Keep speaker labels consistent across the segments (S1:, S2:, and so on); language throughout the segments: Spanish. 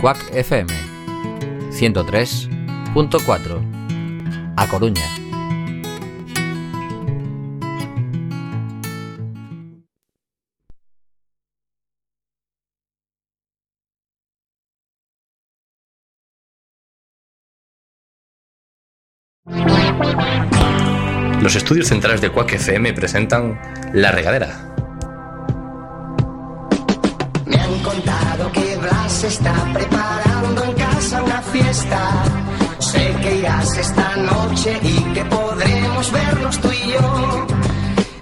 S1: Cuac FM 103.4 A Coruña.
S2: Los estudios centrales de Quack FM presentan La Regadera.
S3: Me han contado que Blas está preparando en casa una fiesta. Sé que irás esta noche y que podremos vernos tú y yo.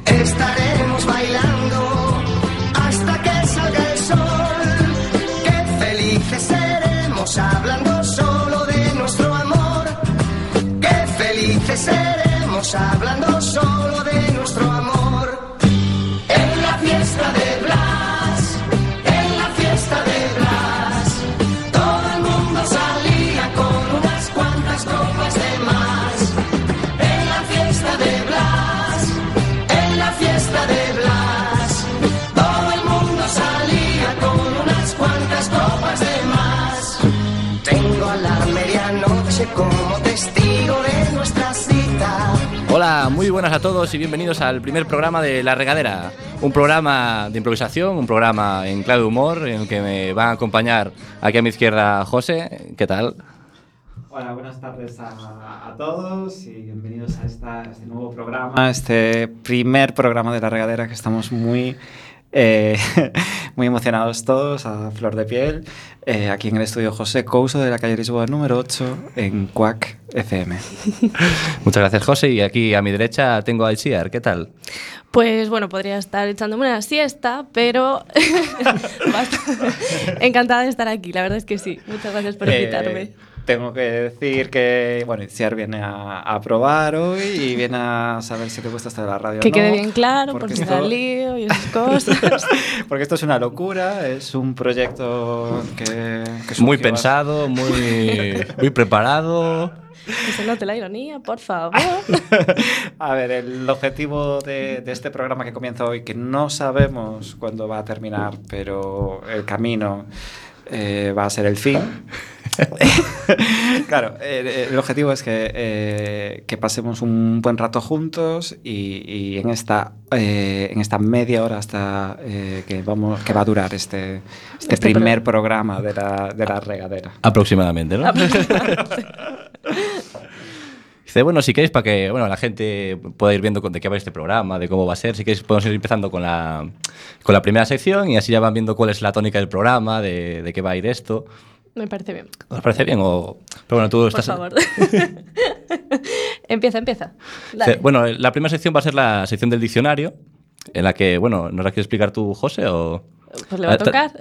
S3: Estaremos bailando hasta que salga el sol. Qué felices seremos hablando solo de nuestro amor. Qué felices seremos hablando solo de nuestro amor. En la fiesta de Blas, en la fiesta de Blas, todo el mundo salía con unas cuantas copas de más. En la fiesta de Blas, en la fiesta de Blas, todo el mundo salía con unas cuantas copas de más. Tengo a la medianoche como testigo de nuestra cita.
S4: Hola, muy buenas a todos y bienvenidos al primer programa de La Regadera. Un programa de improvisación, un programa en clave humor, en el que me van a acompañar aquí a mi izquierda José. ¿Qué tal?
S5: Hola, buenas tardes a, a todos y bienvenidos a, esta- a este nuevo programa, a este primer programa de La Regadera que estamos muy, eh, muy emocionados todos, a flor de piel, eh, aquí en el estudio José Couso de la calle Lisboa número 8 en Cuac FM.
S4: Muchas gracias José y aquí a mi derecha tengo a Itziar. ¿Qué tal?
S6: Pues bueno, podría estar echándome una siesta, pero basta. encantada de estar aquí, la verdad es que sí. Muchas gracias por
S5: Eh,
S6: invitarme.
S5: Tengo que decir que, bueno, Itziar viene a, a probar hoy y viene a saber si te gusta estar en la radio o
S6: Que
S5: no,
S6: quede bien claro, por si da
S5: esto-
S6: lío y esas cosas.
S5: Porque esto es una locura, es un proyecto que, que
S4: Muy
S5: surgió
S4: pensado, muy, muy preparado.
S6: que se note la ironía, por favor.
S5: A ver, el objetivo de, de este programa que comienza hoy, que no sabemos cuándo va a terminar, pero el camino eh, va a ser el fin. claro, eh, eh, el objetivo es que, eh, que pasemos un buen rato juntos y, y en, esta, eh, en esta media hora hasta eh, que, vamos, que va a durar este, este
S6: Este
S5: primer programa de la, de la regadera.
S4: Aproximadamente, ¿no? Dice, bueno, si queréis, para que bueno, la gente pueda ir viendo con- de qué va este programa, de cómo va a ser, si queréis podemos ir empezando con la, con la primera sección y así ya van viendo cuál es la tónica del programa, de, de qué va a ir esto.
S6: Me parece bien.
S4: ¿Os parece bien? O, pero bueno, tú
S6: Por
S4: estás...
S6: favor. empieza, empieza. Dale.
S4: Ce- eh, Bueno, la primera sección va a ser la sección del diccionario, en la que, bueno, ¿nos la quieres explicar tú, José? O...
S6: pues le va a
S4: ta-
S6: tocar.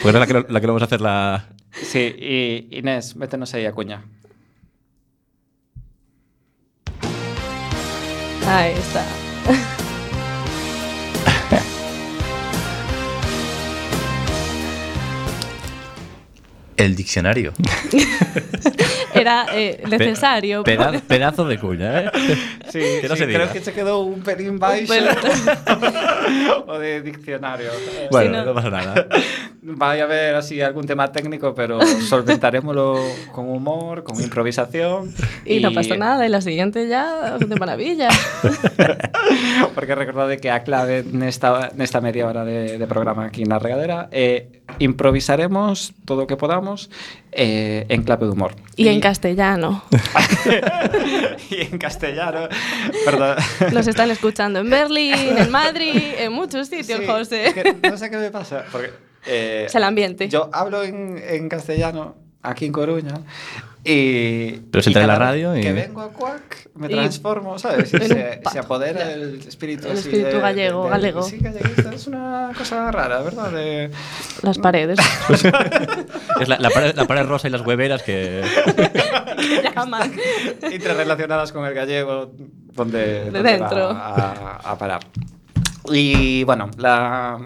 S4: Pues es la que, la que vamos a hacer la...
S5: Sí, y Inés, métenos ahí a cuña.
S6: Ahí está.
S2: El diccionario.
S6: Era eh, necesario.
S4: Pe- peda- pedazo de cuña, ¿eh?
S5: Sí,
S4: Que no
S5: sí,
S4: se diga.
S5: creo que se quedó un pelín baixo
S6: pelín.
S5: o de diccionario.
S4: Bueno,
S6: Sí, no.
S4: no pasa nada.
S5: Vaya a haber así algún tema técnico, pero solventaremoslo con humor, con improvisación.
S6: Y, no pasa nada, y la siguiente ya, de maravilla.
S5: Porque recordade que a clave nesta, nesta media hora de, de programa aquí na regadera eh, improvisaremos todo o que podamos eh, en clave de humor.
S6: Y en castellano.
S5: y en castellano. Perdón.
S6: Nos están escuchando en Berlín, en Madrid, en muchos
S5: Sí,
S6: sitios,
S5: es
S6: José.
S5: que no sé qué me pasa. Porque, eh,
S6: Es el ambiente.
S5: Yo hablo en, en castellano aquí en Coruña y...
S4: Pero se
S5: y
S4: entra en la
S5: cada
S4: radio
S5: vez
S4: y-
S5: Que vengo a Cuac, me
S6: Y-
S5: transformo, ¿sabes? Y
S6: en un
S5: se,
S6: pato.
S5: se apodera
S6: Ya.
S5: el espíritu
S6: El
S5: así
S6: espíritu
S5: de- de-
S6: gallego,
S5: de-
S6: galego.
S5: Sí, galleguista, es una cosa rara, ¿verdad? De-
S6: Las paredes.
S5: Pues
S4: Es la, la pared, la pared rosa y las hueveras que...
S6: que llaman.
S5: interrelacionadas con el gallego, donde,
S6: De
S5: donde va
S6: dentro.
S5: a, a parar. Y bueno, la,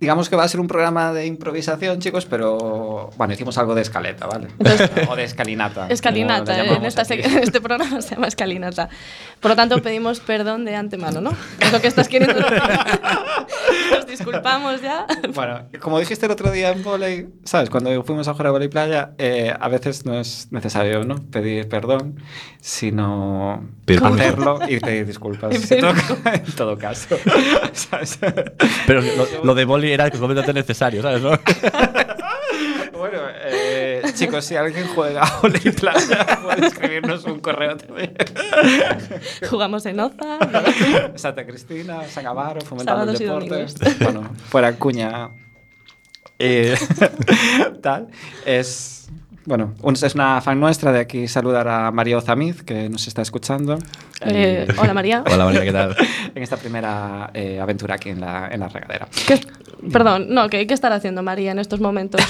S5: digamos que va a ser un programa de improvisación, chicos, pero bueno, hicimos algo de escaleta, ¿vale? o de escalinata. como Ah, la
S6: Escalinata, eh, en,
S5: llamamos
S6: esta
S5: aquí.
S6: sec- en este programa se llama escalinata. Por lo tanto, pedimos perdón de antemano, ¿no? Es lo que estás queriendo decir. Nos disculpamos ya.
S5: Bueno, como dijiste el otro día en volei, ¿sabes? Cuando fuimos a jugar a volei playa, eh, a veces no es necesario ¿no? pedir perdón, sino
S1: Pedir perdón.
S5: hacerlo y pedir disculpas.
S6: Y pedir
S5: en, todo,
S6: perdón.
S5: en todo caso. ¿sabes?
S4: Pero lo, lo de boli era completamente necesario, ¿sabes? no?
S5: Bueno, eh, chicos, si alguien juega a volei playa, puede escribirnos un correo también.
S6: Jugamos en Oza.
S5: Santa Cristina, San Amaro, fomentando
S6: Sábados y
S5: el deporte. Bueno, fuera cuña. eh, tal. Es. Bueno, un- es una fan nuestra de aquí saludar a María Ozamiz, que nos está escuchando
S6: Eh, hola, María.
S4: Hola, María, ¿qué tal?
S5: en esta primera eh, aventura aquí en la, en la regadera.
S6: ¿Qué- Perdón, no, ¿qué, ¿qué estará haciendo María en estos momentos?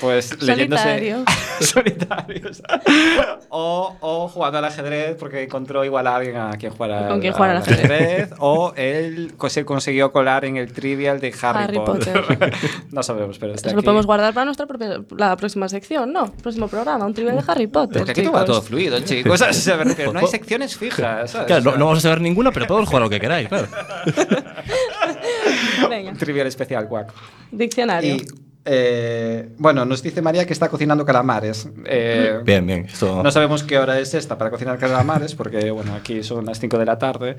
S5: Pues leyéndose.
S6: Solitario.
S5: Solitarios. o, o jugando al ajedrez porque encontró igual a alguien a quien jugar al,
S6: Con quien jugar al
S5: o él co- se consiguió colar en el trivial de Harry,
S6: Harry
S5: Potter.
S6: Potter.
S5: no sabemos, pero está
S6: Eso lo
S5: aquí.
S6: podemos guardar para nuestra propia- la próxima sección, ¿no? Próximo programa, un trivial de Harry Potter.
S5: Porque aquí todo va todo
S6: chicos.
S5: fluido, chicos. O sea, me refiero, no hay secciones fijas. ¿sabes?
S4: Claro, no, no vamos a saber ninguna, pero podemos jugar lo que queráis, claro.
S6: Venga,
S5: Un trivial especial, guac.
S6: diccionario.
S5: Y, eh, bueno, nos dice María que está cocinando calamares. Eh,
S4: Bien, bien. Esto...
S5: No sabemos qué hora es esta para cocinar calamares, porque bueno, aquí son las 5 de la tarde,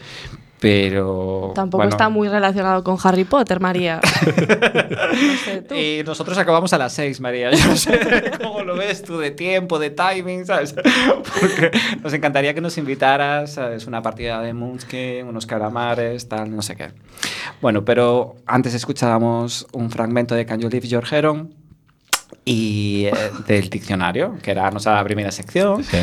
S5: pero...
S6: Tampoco
S5: bueno.
S6: está muy relacionado con Harry Potter, María. no sé, tú.
S5: Y nosotros acabamos a las 6, María. Yo no sé cómo lo ves tú de tiempo, de timing, ¿sabes? Porque nos encantaría que nos invitaras, ¿sabes? Una partida de Munchkin, unos calamares, tal, no sé qué. Bueno, pero antes escuchábamos un fragmento de Can You Leave Your Head On? y eh, del diccionario, que era nuestra primera sección.
S4: Sí.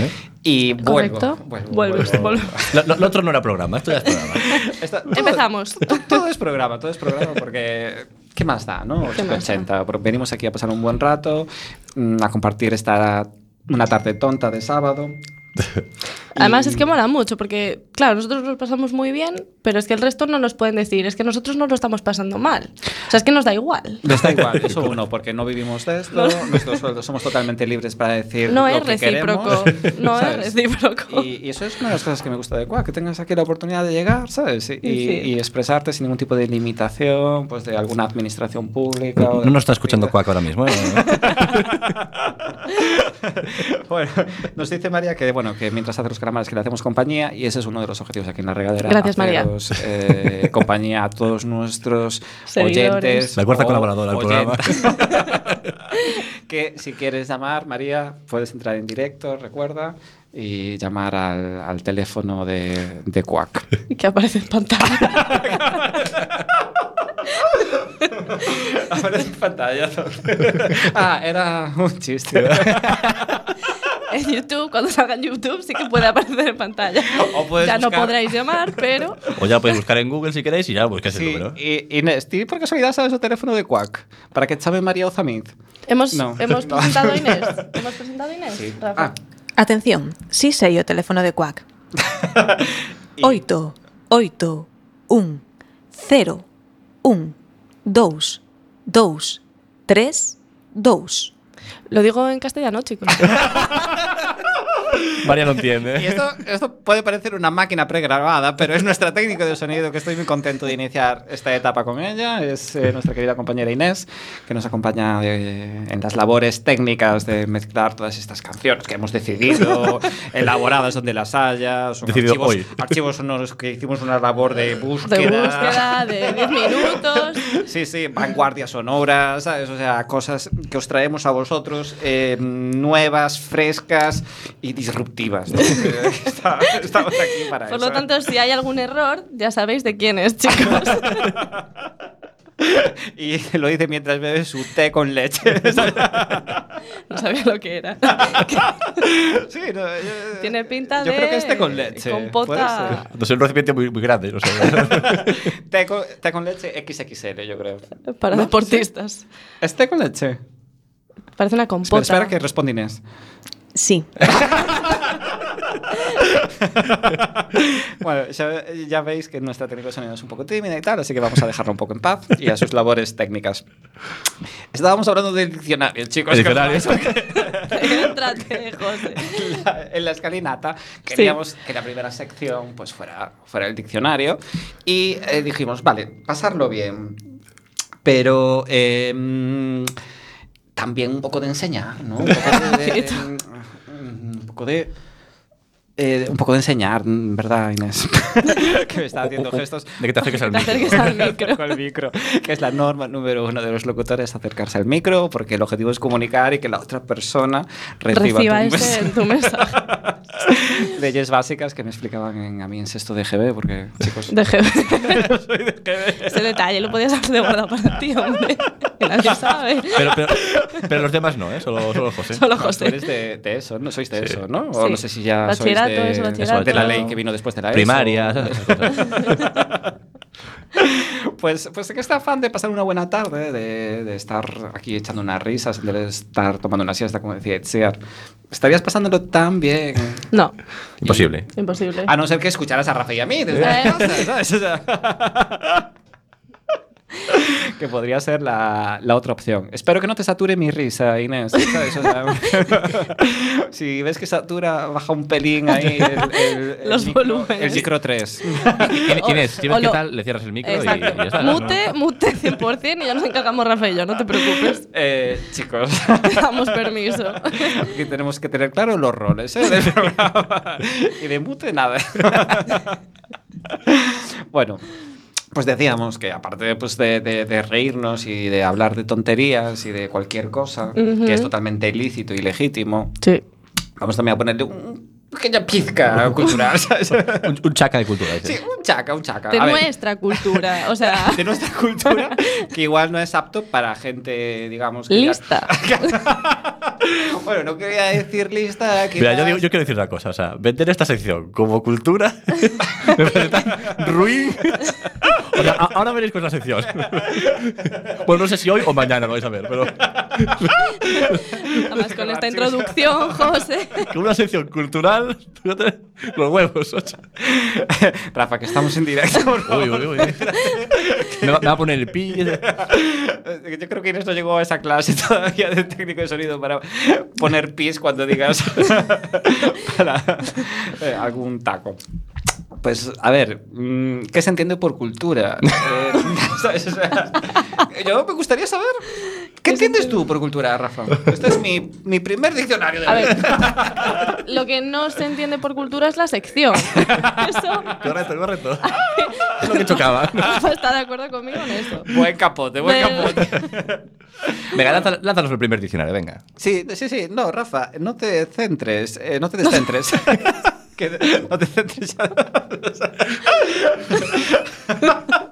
S5: Y vuelvo.
S6: ¿Correcto?
S5: vuelvo,
S6: Vuelves,
S5: vuelvo.
S6: vuelvo.
S4: Lo, lo- lo otro no era programa, esto ya es programa.
S5: Está- todo-
S6: Empezamos.
S5: to- Todo es programa, todo es programa, porque ¿qué más da, no?
S6: ¿Qué más
S5: 80. Venimos aquí a pasar un buen rato, mm, a compartir esta una tarde tonta de sábado.
S6: Además
S5: Y-
S6: es que mola mucho porque, claro, nosotros nos pasamos muy bien, pero es que el resto no nos pueden decir, es que nosotros no lo estamos pasando mal. O sea, es que nos da igual.
S5: Les da igual, eso uno, porque no vivimos de esto, nuestros sueldos somos totalmente libres para decir
S6: No
S5: Eh, lo
S6: es
S5: que
S6: recíproco,
S5: queremos,
S6: no es
S5: ¿sabes?
S6: recíproco.
S5: Y, y eso es una de las cosas que me gusta de Cuac, que tengas aquí la oportunidad de llegar, ¿sabes? Y, y-
S6: Sí.
S5: y expresarte sin ningún tipo de limitación, pues de alguna administración pública. o
S4: No
S5: de
S4: nos está escuchando
S5: partida.
S4: Cuac ahora mismo. ¿eh?
S5: Bueno, nos dice María que, bueno, que mientras hace los calamares que le hacemos compañía y ese es uno de los objetivos aquí en la regadera.
S6: Gracias, María.
S5: haceros, eh, compañía a todos nuestros
S6: Seguidores.
S5: oyentes.
S4: La cuarta
S5: o
S4: colaboradora del programa.
S5: que si quieres llamar, María, puedes entrar en directo, recuerda, y llamar al, al teléfono de, de Cuac.
S6: Que aparece en pantalla.
S5: Aparece en pantalla. ah, era un chiste.
S6: En YouTube, cuando salga en YouTube, sí que puede aparecer en pantalla.
S5: O puedes
S6: ya no
S5: buscar-
S6: podréis llamar, pero
S4: O ya podéis buscar en Google si queréis y ya buscáis
S5: Sí,
S4: el número.
S5: y, y Inés, ¿tú por casualidad sabes el teléfono de Cuac? Para que chame María Ozamiz.
S6: hemos,
S5: No.
S6: hemos presentado a Inés. ¿Hemos presentado a Inés?
S5: Sí. Ah.
S6: Rafa.
S7: Atención, sí sei o teléfono de Cuac.
S5: Y-
S7: Oito, oito, un, cero, un, dous, dous, tres, dous.
S6: Lo digo en castellano, chicos.
S4: María no entiende.
S5: Y esto, esto puede parecer una máquina pregrabada, pero es nuestra técnica de sonido que estoy muy contento de iniciar esta etapa con ella. Es eh, nuestra querida compañera Inés, que nos acompaña eh, en las labores técnicas de mezclar todas estas canciones que hemos decidido, elaboradas donde las haya. Son
S4: Decidido
S5: archivos,
S4: hoy.
S5: Archivos unos que hicimos una labor de búsqueda.
S6: De búsqueda, de 10 minutos.
S5: Sí, sí, vanguardias sonoras, ¿sabes? O sea, cosas que os traemos a vosotros eh, nuevas, frescas y disruptivas. ¿no? Porque está- estamos aquí para
S6: Por
S5: eso. ¿eh?
S6: lo tanto, si hay algún error, ya sabéis de quién es, chicos.
S5: Y lo dice mientras bebe su té con leche. ¿sabes?
S6: No sabía lo que era.
S5: sí, no, yo-
S6: Tiene pinta
S5: Yo
S6: de-
S5: creo que es té con leche.
S6: compota.
S5: puede ser.
S4: No sé, un recipiente muy, muy grande. No sé.
S5: Té con, té con leche XXL, yo creo.
S6: Para
S5: No,
S6: deportistas.
S5: ¿Es té con leche?
S6: Parece una
S5: Espera,
S6: compota.
S5: espera que responde Inés.
S7: Sí.
S5: Bueno, ya, eh, ya veis que nuestra técnica de sonido es un poco tímida y tal, así que vamos a dejarlo un poco en paz y a sus labores técnicas. Estábamos hablando del diccionario, chicos.
S2: El
S5: que os
S2: diccionario.
S6: Entrate, José.
S5: en la- en la escalinata, queríamos que la primera sección pues fuera, fuera el diccionario y eh, dijimos, vale, pasarlo bien, pero eh, mm, también un poco de enseñar, ¿no? Un poco de... de- mm, un poco de eh, un poco de enseñar, mm, ¿verdad, Inés? que me está haciendo gestos
S4: De que te acerques al
S6: Te
S4: micro.
S6: acerques al micro.
S5: con el micro, que es la norma número uno de los locutores, acercarse al micro, porque el objetivo es comunicar y que la otra persona reciba,
S6: Reciba
S5: tu
S6: ese
S5: mensaje
S6: tu mensaje.
S5: leyes básicas que me explicaban en- a mí en sexto de GB, porque, chicos,
S6: De Ese detalle lo podías haber guardado para ti, hombre. Que nadie sabe.
S4: Pero, pero, pero los demás no, ¿eh? Solo, solo José.
S6: Solo
S5: no, tú eres
S6: José.
S5: de, de eso, no sois de
S4: Sí.
S5: eso, ¿no? O
S6: Sí.
S5: no sé si ya sois
S6: Bachillerato,
S5: de,
S6: eso, bachillerato.
S5: de la ley que vino después de la ESO.
S4: Primaria, esas cosas.
S5: Pues, pues en este afán de pasar una buena tarde, de, de estar aquí echando unas risas, de estar tomando una siesta, como decía Itziar, estarías pasándolo tan bien.
S6: No,
S4: Imposible.
S6: imposible.
S5: A no ser que escucharas a Rafa y a mí. desde
S6: Eh.
S5: la casa, ¿sabes? O sea, que podría ser la, la otra opción. Espero que no te sature mi risa, Inés. ¿sabes? O sea, si ves que satura, baja un pelín ahí el, el- el
S6: Los
S5: micro,
S6: volúmenes.
S5: El micro 3.
S4: In- Inés, si ves
S6: o
S4: qué
S6: lo-
S4: tal, le cierras el micro y, y ya
S6: Exacto.
S4: está. ¿no?
S6: Mute, mute 100% y ya nos encargamos Rafa y yo, no te preocupes.
S5: Eh, chicos,
S6: Te damos permiso.
S5: aquí tenemos que tener claro los roles ¿eh? del programa. Y de mute nada. Bueno, pues decíamos que aparte pues, de, de- de reírnos y de hablar de tonterías y de cualquier cosa,
S6: Ujú.
S5: que es totalmente ilícito y legítimo,
S6: Sí.
S5: vamos también a ponerle un pequeña pizca cultural, ¿sabes?
S4: Un, un chaca de cultura.
S5: Sí,
S4: dices.
S5: un chaca, un chaca.
S6: De
S5: A ver,
S6: nuestra cultura, o sea,
S5: de nuestra cultura, que igual no es apto para gente, digamos... que ya-
S6: lista.
S5: Bueno, no quería decir lista,
S4: Mira, yo,
S5: quizás-
S4: digo- yo quiero decir una cosa, o sea, vender esta sección como cultura me parece tan ruin. O sea, a- ahora veréis con la sección. Pues no sé si hoy o mañana lo vais a ver, pero
S6: Además, con esta introducción, José.
S4: que una sección cultural, tú no te- los huevos. o sea.
S5: Rafa, que estamos en directo. por favor.
S4: Uy, uy, uy. Me va, me va a poner el pi.
S5: Eh, Yo creo que Inés no llegó a esa clase todavía de técnico de sonido para poner pies cuando digas para, eh, algún taco. Pues, a ver, mm, ¿qué se entiende por cultura? Eh, ¿sabes? O sea, yo me gustaría saber, ¿qué entiendes tú por cultura, Rafa? Este es mi, mi primer diccionario de
S6: A
S5: la vida.
S6: ver, lo que no se entiende por cultura es la sección. Eso,
S4: Correcto, correcto. Es lo que chocaba.
S6: Rafa está de acuerdo conmigo en eso.
S5: Buen capote, buen
S6: Pero-
S5: capote.
S4: Venga, lanza- lánzanos el primer diccionario, venga.
S5: Sí, sí, sí. No, Rafa, no te centres. eh, no te descentres. Que no te centres ya.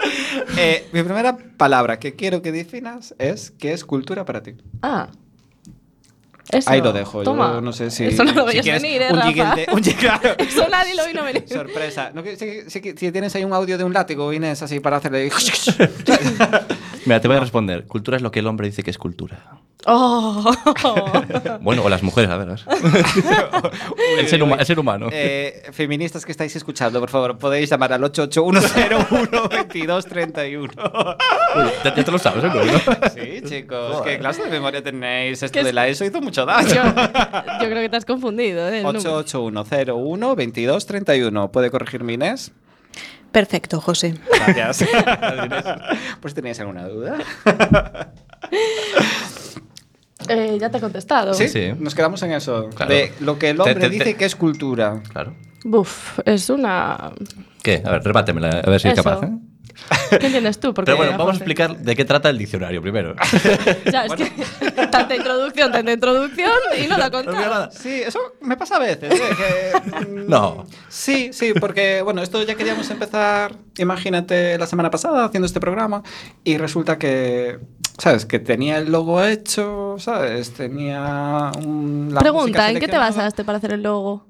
S5: Eh, mi primera palabra que quiero que definas es ¿qué es cultura para ti?
S6: Ah. Eso.
S5: Ahí lo dejo.
S6: Toma.
S5: Yo no sé si.
S6: Eso no lo
S5: si
S6: veías
S5: quieres
S6: venir, ¿eh,
S5: un
S6: Rafa?
S5: jingle de- un jingle- claro.
S6: Eso nadie lo vino venir.
S5: Sorpresa. No, que- si, si- si tienes ahí un audio de un látigo, Inés, así para hacerle.
S4: Mira, te voy a responder. Cultura es lo que el hombre dice que es cultura.
S6: Oh.
S4: Bueno, o las mujeres, a ver. El ser, huma- el ser humano.
S5: Eh, feministas que estáis escuchando, por favor, podéis llamar al 881012231.
S4: Ya, ya te lo sabes, ¿eh? ¿no?
S5: Sí, chicos, ¿qué
S4: Joder.
S5: clase de memoria tenéis? Esto
S6: Que es-
S5: de la ESO hizo mucho
S6: Yo,
S5: daño.
S6: yo creo que te has confundido. ¿eh? el número.
S5: 881012231. ¿Puede E corregirme Inés?
S7: Perfecto, José.
S5: Gracias. pues teníais alguna duda.
S6: Eh, ya te he contestado.
S5: Sí,
S4: Sí.
S5: nos quedamos en eso.
S4: Claro.
S5: De lo que el
S4: Te-
S5: hombre
S4: te- te-
S5: dice que es cultura.
S4: Claro.
S6: Buf, es una.
S4: ¿Qué? A ver, repátemela, a ver si
S6: Eso.
S4: es capaz. ¿eh?
S6: ¿Qué entiendes tú? Porque,
S4: Pero bueno, vamos a
S6: José-
S4: explicar de qué trata el diccionario primero.
S6: Ya, es que tanta introducción, tanta introducción y no lo contamos.
S5: Sí, eso me pasa a veces. ¿eh? que, mm,
S4: No.
S5: Sí, sí, porque, bueno, esto ya queríamos empezar, imagínate, la semana pasada haciendo este programa y resulta que, ¿sabes? Que tenía el logo hecho, ¿sabes? Tenía un... la música
S6: Pregunta, ¿en qué te
S5: seleccionada.
S6: basaste para hacer el logo?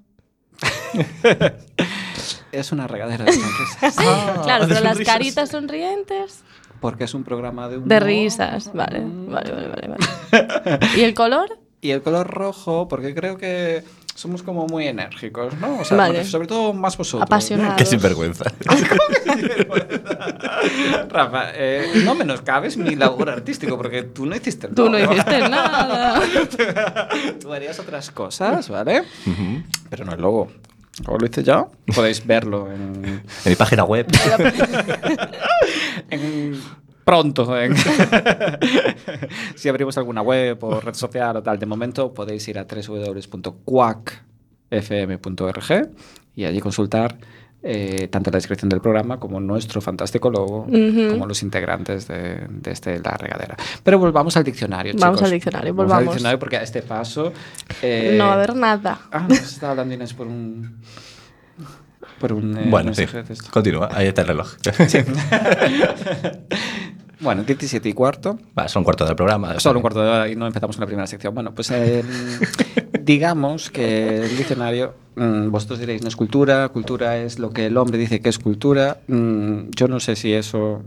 S5: Es una regadera de sonrisas.
S6: claro,
S4: de
S6: pero las
S4: sonrisas.
S6: caritas sonrientes.
S5: Porque es un programa de humor. Mm.
S6: De risas, vale, vale, vale, vale. vale. ¿Y el color?
S5: Y el color rojo, porque creo que... somos como muy enérgicos, ¿no? O sea,
S6: Vale.
S5: me refiero- sobre todo más vosotros.
S6: Apasionados.
S4: Qué sinvergüenza.
S5: ¿no? Rafa, eh, no menoscabes mi labor artístico porque tú no hiciste
S6: Tú no
S5: nada.
S6: hiciste nada.
S5: Tú harías otras cosas, ¿vale? Pero no el logo. ¿Cómo lo hice yo? Podéis verlo en,
S4: En mi página web.
S5: en- pronto. en- si abrimos alguna web o red social o tal, de momento podéis ir a www.quackfm.org y allí consultar eh, tanto la descripción del programa como nuestro fantástico logo,
S6: Ujú.
S5: como los integrantes de, de este La Regadera. Pero volvamos al diccionario.
S6: Vamos
S5: chicos.
S6: al diccionario,
S5: al
S6: volvamos.
S5: diccionario porque a este paso... eh,
S6: No va a haber nada.
S5: Ah, nos está hablando Inés por un... Por un eh,
S4: bueno, sí.
S5: mensaje de texto.
S4: Continúa. Ahí está el reloj.
S5: Bueno, 17 y cuarto.
S4: Va, son cuarto del programa.
S5: Solo un cuarto de hora y no empezamos con la primera sección. Bueno, pues eh, digamos que el diccionario, mm, vosotros diréis, no es cultura, cultura es lo que el hombre dice que es cultura. Mm, yo no sé si eso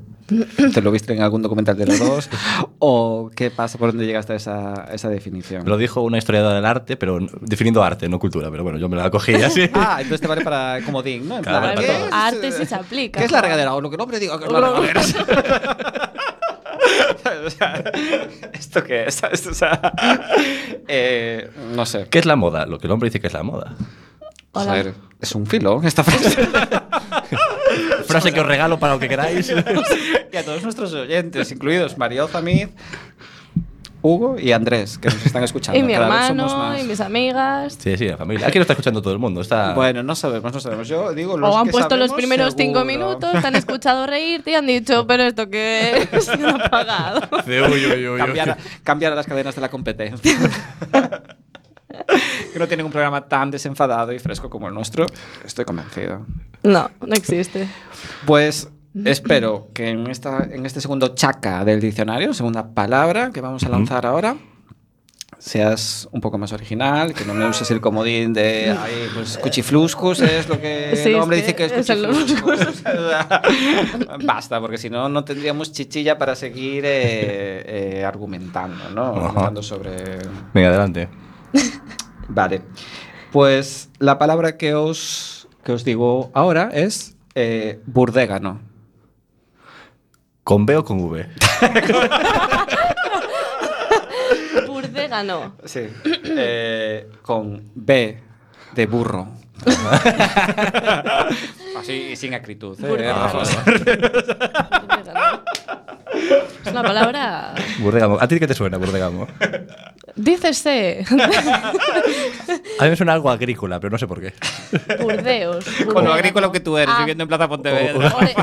S5: te lo viste en algún documental de los dos o qué pasa, por dónde llegaste a esa, a esa definición.
S4: Me lo dijo una historiadora del arte, pero definiendo arte, no cultura. Pero bueno, yo me la cogí así.
S5: Ah, entonces te vale para comodín, ¿no? En
S4: Claro,
S5: plan,
S4: vale
S5: ¿qué
S4: para
S5: es,
S6: todo. Arte
S5: eh,
S6: sí se aplica.
S5: ¿Qué es la regadera? O lo que el hombre diga que es la regadera. O sea, ¿Esto qué es? ¿Sabes? O sea, eh, no sé.
S4: ¿Qué es la moda? Lo que el hombre dice que es la moda.
S6: Hola.
S5: Joder, es un filón esta frase.
S4: Frase que os regalo para lo que queráis.
S5: y a todos nuestros oyentes, incluidos Mario Zamid, Hugo y Andrés, que nos están escuchando.
S6: Y mi
S5: Cada vez somos
S6: hermano,
S5: más.
S6: y mis amigas.
S4: Sí, sí, la familia. Aquí lo está escuchando todo el mundo. Está...
S5: Bueno, no sabemos, no sabemos. Yo digo los
S6: O han
S5: que
S6: puesto los
S5: sabemos,
S6: primeros cinco
S5: seguro.
S6: minutos, te han escuchado reírte y han dicho, pero esto qué es, Y han apagado.
S4: De uy, uy, uy, uy.
S5: cambiar, a- cambiar a las cadenas de la competencia. que no tienen un programa tan desenfadado y fresco como el nuestro. Estoy convencido.
S6: No, no existe.
S5: Pues espero que en, esta, en este segundo chaca del diccionario, segunda palabra que vamos a lanzar ahora, seas un poco más original, que no me uses el comodín de ay, pues, cuchifluscus, es lo que
S6: Sí,
S5: el
S6: es
S5: hombre
S6: que
S5: dice que es
S6: es el
S5: cuchifluscus. Basta, porque si no, no tendríamos chichilla para seguir eh, eh, argumentando, ¿no?
S4: Ajá.
S5: Argumentando sobre...
S4: Venga, adelante.
S5: Vale. Pues la palabra que os, que os digo ahora es eh, burdégano.
S4: ¿Con B o con V?
S6: Burdégano.
S5: Sí. Eh, con B de burro. Así y sin acritud. ¿eh?
S6: Burro.
S5: Rafa.
S6: Burdégano. Es una palabra...
S4: Burdegamo. ¿A ti qué te suena, Burdegamo?
S6: Dícese.
S4: A mí me suena algo agrícola, pero no sé por qué.
S6: Burdeos.
S5: Con lo
S6: Burdégano.
S5: agrícola que tú eres,
S6: Ah,
S5: viviendo en Plaza Pontevedra.
S6: ore-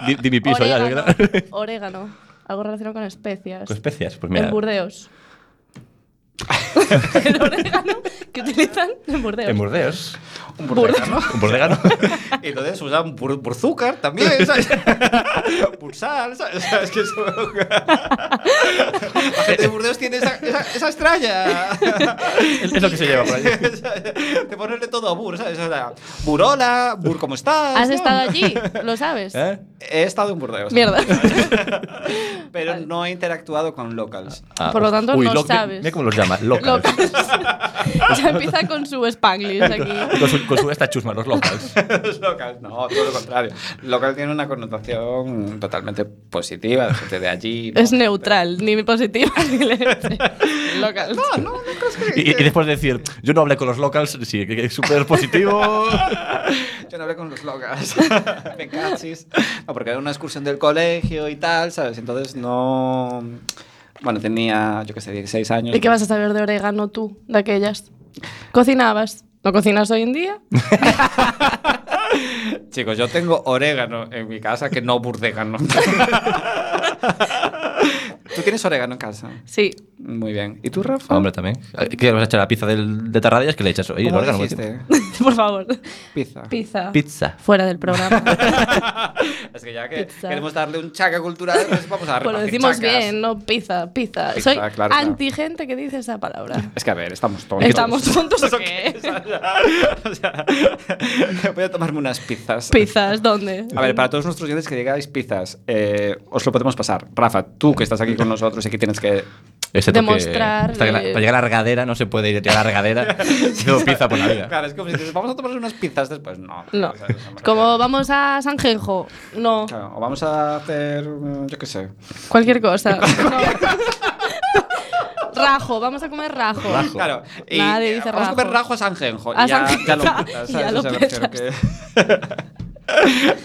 S6: o-
S4: Di, di mi piso
S6: orégano,
S4: ya. ¿verdad?
S6: orégano. Algo relacionado con especias.
S4: Con especias, pues mira.
S6: En Burdeos. el orégano que utilizan en Burdeos.
S4: En Burdeos.
S5: Un burdégano.
S4: Un burdegano.
S5: Y entonces usaban bur burzúcar también, ¿sabes? Bursal, ¿sabes? ¿Sabes qué son? La gente de Burdeos tiene esa, esa, esa estrella.
S4: es, es lo que se lleva por allí.
S5: De ponerle todo a bur, ¿sabes? O sea, Burola, bur, ¿cómo estás?
S6: ¿Has
S5: ¿no?
S6: estado allí? ¿Lo sabes?
S4: ¿Eh?
S5: He estado en Burdeos.
S6: Mierda.
S5: Pero no he interactuado con locals.
S6: Por lo tanto,
S4: Ah, uy,
S6: no
S4: lo- mi-
S6: sabes.
S4: Mira cómo los llama. Locals.
S6: Locals. ya empieza con su spanglish aquí.
S4: Con su, con su esta chusma, los locals.
S5: Los locals, no, todo lo contrario. Local tiene una connotación totalmente positiva, de gente de allí. ¿no?
S6: Es neutral, ni positivo ni este. lente. Locals.
S5: No, no, no crees que.
S4: Y, y después decir, yo no hablé con los locals, sí, que que es súper positivo.
S5: Yo no hablé con los locals. Me cachis. No, porque era una excursión del colegio y tal, ¿sabes? Entonces no. Bueno, tenía, yo qué sé, 16 años.
S6: ¿Y qué vas a saber de orégano tú, de aquellas? ¿Cocinabas? ¿No cocinas hoy en día?
S5: Chicos, yo tengo orégano en mi casa que no burdégano. ¿Tú tienes orégano en casa?
S6: Sí.
S5: Muy bien. ¿Y tú, Rafa?
S4: Hombre, también. ¿Qué vas a echar a la pizza del, de Tarradellas? que le echas? Oye,
S5: ¿Cómo
S4: el órgano,
S5: dijiste?
S6: Por favor.
S5: Pizza.
S6: Pizza.
S4: Pizza.
S6: Fuera del programa.
S5: Es que ya que
S6: Pizza.
S5: queremos darle un chaca cultural, pues vamos a
S6: Pues lo
S5: repartir
S6: decimos
S5: chacas.
S6: bien, no pizza, pizza.
S5: Pizza,
S6: Soy
S5: claro, claro.
S6: anti gente que dice esa palabra.
S5: Es que a ver, estamos tontos.
S6: ¿Estamos tontos o qué?
S5: O sea, voy a tomarme unas pizzas.
S6: ¿Pizzas? ¿Dónde?
S5: A ver, para todos nuestros clientes que digáis pizzas, eh, os lo podemos pasar. Rafa, tú que estás aquí con nosotros y que tienes que
S4: Este
S6: Demostrar
S4: hasta que la-
S6: que-
S4: Para llegar a la regadera no se puede ir a la regadera haciendo pizza por la vida.
S5: Claro, es como si dices, vamos a tomar unas pizzas después. No.
S6: No.
S5: o sea, eso me
S6: Como
S5: refiero.
S6: vamos a Sanjenjo. No.
S5: Claro, o vamos a hacer, mm, yo qué sé.
S6: Cualquier cosa. No. rajo. Vamos a comer rajo.
S4: Rajo.
S5: Claro, y
S6: Nadie
S5: eh,
S6: dice
S5: vamos a comer
S6: rajo.
S5: rajo a Sanjenjo.
S6: A
S5: y ya,
S6: Sanjenjo,
S5: ya lo
S6: y
S5: petas,
S6: ya
S5: ¿sabes?
S6: lo
S5: O sea, me refiero
S6: petas.
S5: que-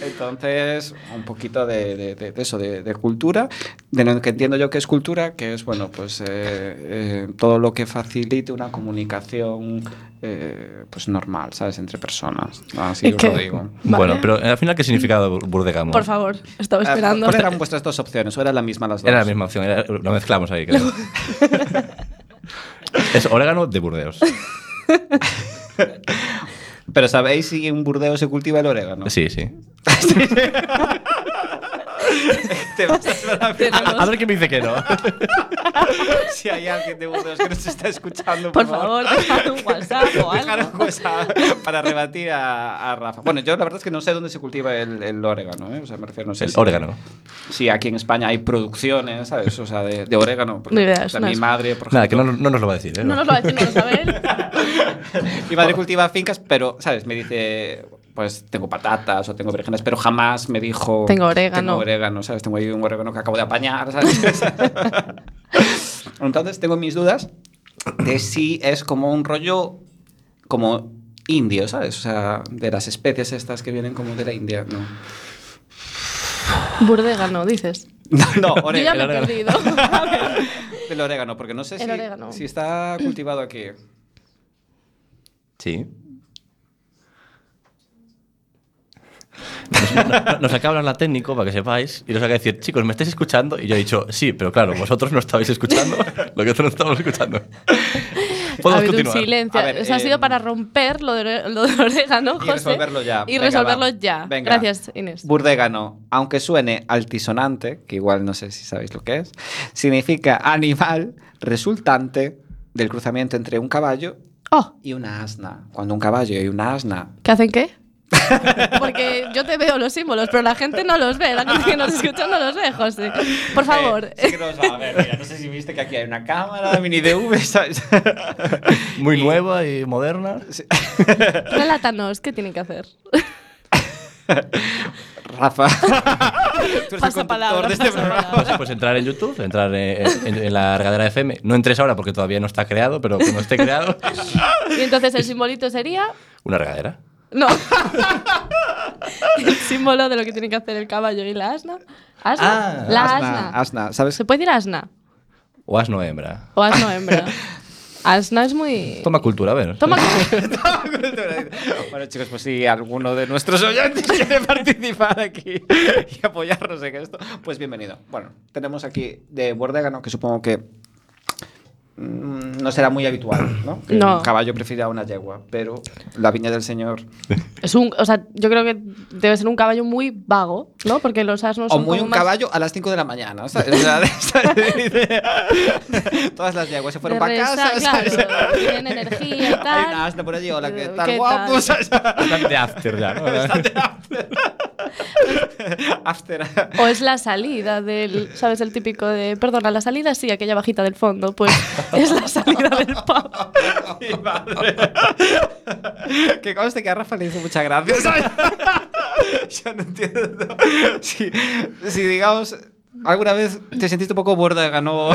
S5: Entonces, un poquito de, de- de- de eso, de, de cultura, de lo que entiendo yo que es cultura, que es, bueno, pues eh, eh, todo lo que facilite una comunicación eh, pues normal, ¿sabes? Entre personas. Así
S6: ¿Y
S5: os
S6: qué?
S5: lo digo.
S6: Vale.
S4: Bueno, pero eh, al final, ¿qué significado burdegamo?
S6: Por favor, estaba
S5: Eh,
S6: esperando.
S5: ¿Cuáles eran vuestras dos opciones? ¿O eran las mismas las dos?
S4: Era la misma opción, era- lo mezclamos ahí, creo. es orégano de Burdeos.
S5: Pero ¿sabéis si en Burdeos se cultiva el orégano?
S4: Sí, sí.
S5: Te vas a hacer la
S6: Tenemos-
S4: A ver quién me dice que no.
S5: Si hay alguien de Burdeos que nos está escuchando,
S6: Por favor, dejad un WhatsApp o
S5: Dejar
S6: algo.
S5: un WhatsApp para rebatir a, a Rafa. Bueno, yo la verdad es que no sé dónde se cultiva el, el orégano, ¿eh? O sea, me refiero, no sé
S4: El
S5: si-
S4: orégano.
S5: Sí, aquí en España hay producciones, ¿sabes? O sea, de, de orégano. Porque,
S6: Ni idea,
S5: o sea,
S6: no
S5: mi
S6: es-
S5: madre, por
S4: Nada, que no,
S5: ejemplo,
S4: no nos lo va a decir. ¿eh?
S6: No nos lo va a decir, no lo sabe él.
S5: mi madre cultiva fincas, pero, ¿sabes? Me dice, pues tengo patatas o tengo berenjenas, pero jamás me dijo...
S6: Tengo orégano.
S5: Tengo orégano, ¿sabes? Tengo ahí un orégano que acabo de apañar, ¿sabes? Entonces tengo mis dudas de si es como un rollo como indio, ¿sabes? O sea, de las especies estas que vienen como de la India, ¿no?
S6: Burdegano, dices.
S5: No, no,
S6: Yo ya me he
S5: orégano.
S6: perdido. A ver.
S5: El orégano, porque no sé
S6: El
S5: si,
S6: orégano.
S5: si está cultivado aquí.
S4: Sí. Nos, no- nos acaba de hablar la técnico para que sepáis y nos acaba de decir, chicos, ¿me estáis escuchando? Y yo he dicho, sí, pero claro, vosotros no estabais escuchando lo que nosotros no estábamos escuchando.
S6: ha
S4: Podemos
S6: habido
S4: continuar.
S6: un silencio.
S5: A ver,
S6: Eso ha
S5: eh,
S6: sido para romper lo de, lo de orégano,
S5: Y
S6: José.
S5: resolverlo ya.
S6: Y
S5: Venga,
S6: resolverlo
S5: va.
S6: ya.
S5: Venga.
S6: Gracias, Inés.
S5: Burdégano, aunque suene altisonante, que igual no sé si sabéis lo que es, significa animal resultante del cruzamiento entre un caballo
S6: Oh,
S5: y una asna. Cuando un caballo y una asna.
S6: ¿qué hacen qué? Porque yo te veo los símbolos, pero la gente no los ve. La gente que nos escucha no los ve, José. Por favor.
S5: Eh, sí que nos va a ver, mira, no sé si viste que aquí hay una cámara de mini DV, ¿sabes?
S4: Muy nueva y moderna.
S6: Relátanos qué tienen que hacer.
S5: Rafa. Tú eres el
S6: Pasa
S5: conductor
S6: palabra.
S5: de este
S6: pasa
S5: programa.
S6: palabra.
S4: Pues, pues entrar en YouTube, entrar eh, en, en la regadera FM. No entres ahora porque todavía no está creado, pero cuando esté creado,
S6: Y entonces el simbolito sería.
S4: una regadera.
S6: No. el símbolo de lo que tiene que hacer el caballo y la asna. ¿Asna?
S4: Ah,
S6: la
S5: Asna,
S6: asna.
S5: asna, ¿sabes?
S6: ¿Se puede decir asna?
S4: O asno hembra.
S6: O asno hembra. asna es muy.
S4: Toma cultura, a ver.
S6: Toma.
S5: Bueno, chicos, pues si alguno de nuestros oyentes quiere participar aquí y apoyarnos en esto, pues bienvenido. Bueno, tenemos aquí de Bordégano, que supongo que mm, no será muy habitual, ¿no? Que
S6: No.
S5: Un caballo prefiere a una yegua, pero la viña del señor.
S6: Es un, o sea, yo creo que debe ser un caballo muy vago, ¿no? Porque los asnos
S5: o
S6: son
S5: muy
S6: como
S5: un
S6: más
S5: caballo a las 5 de la mañana, ¿sabes? O sea, de- de- Todas las yeguas se fueron
S6: de
S5: para casa,
S6: resa-
S5: ¿sabes?
S6: claro, tienen energía y tal.
S5: Hay una asna por allí, hola, ¿qué
S6: Eh,
S5: tal?
S6: ¿qué
S5: guapo,
S6: tal?
S5: ¿sabes?
S4: Bastante after ya, ¿no?
S5: After.
S6: O es la salida del, ¿sabes? El típico de, perdona, la salida sí, aquella bajita del fondo, pues es la salida del pub.
S5: Mi madre. que conste que a Rafa le hizo mucha gracia. ¿sabes? Yo no entiendo. Si, si, digamos, alguna vez te sentiste un poco borda de ganó.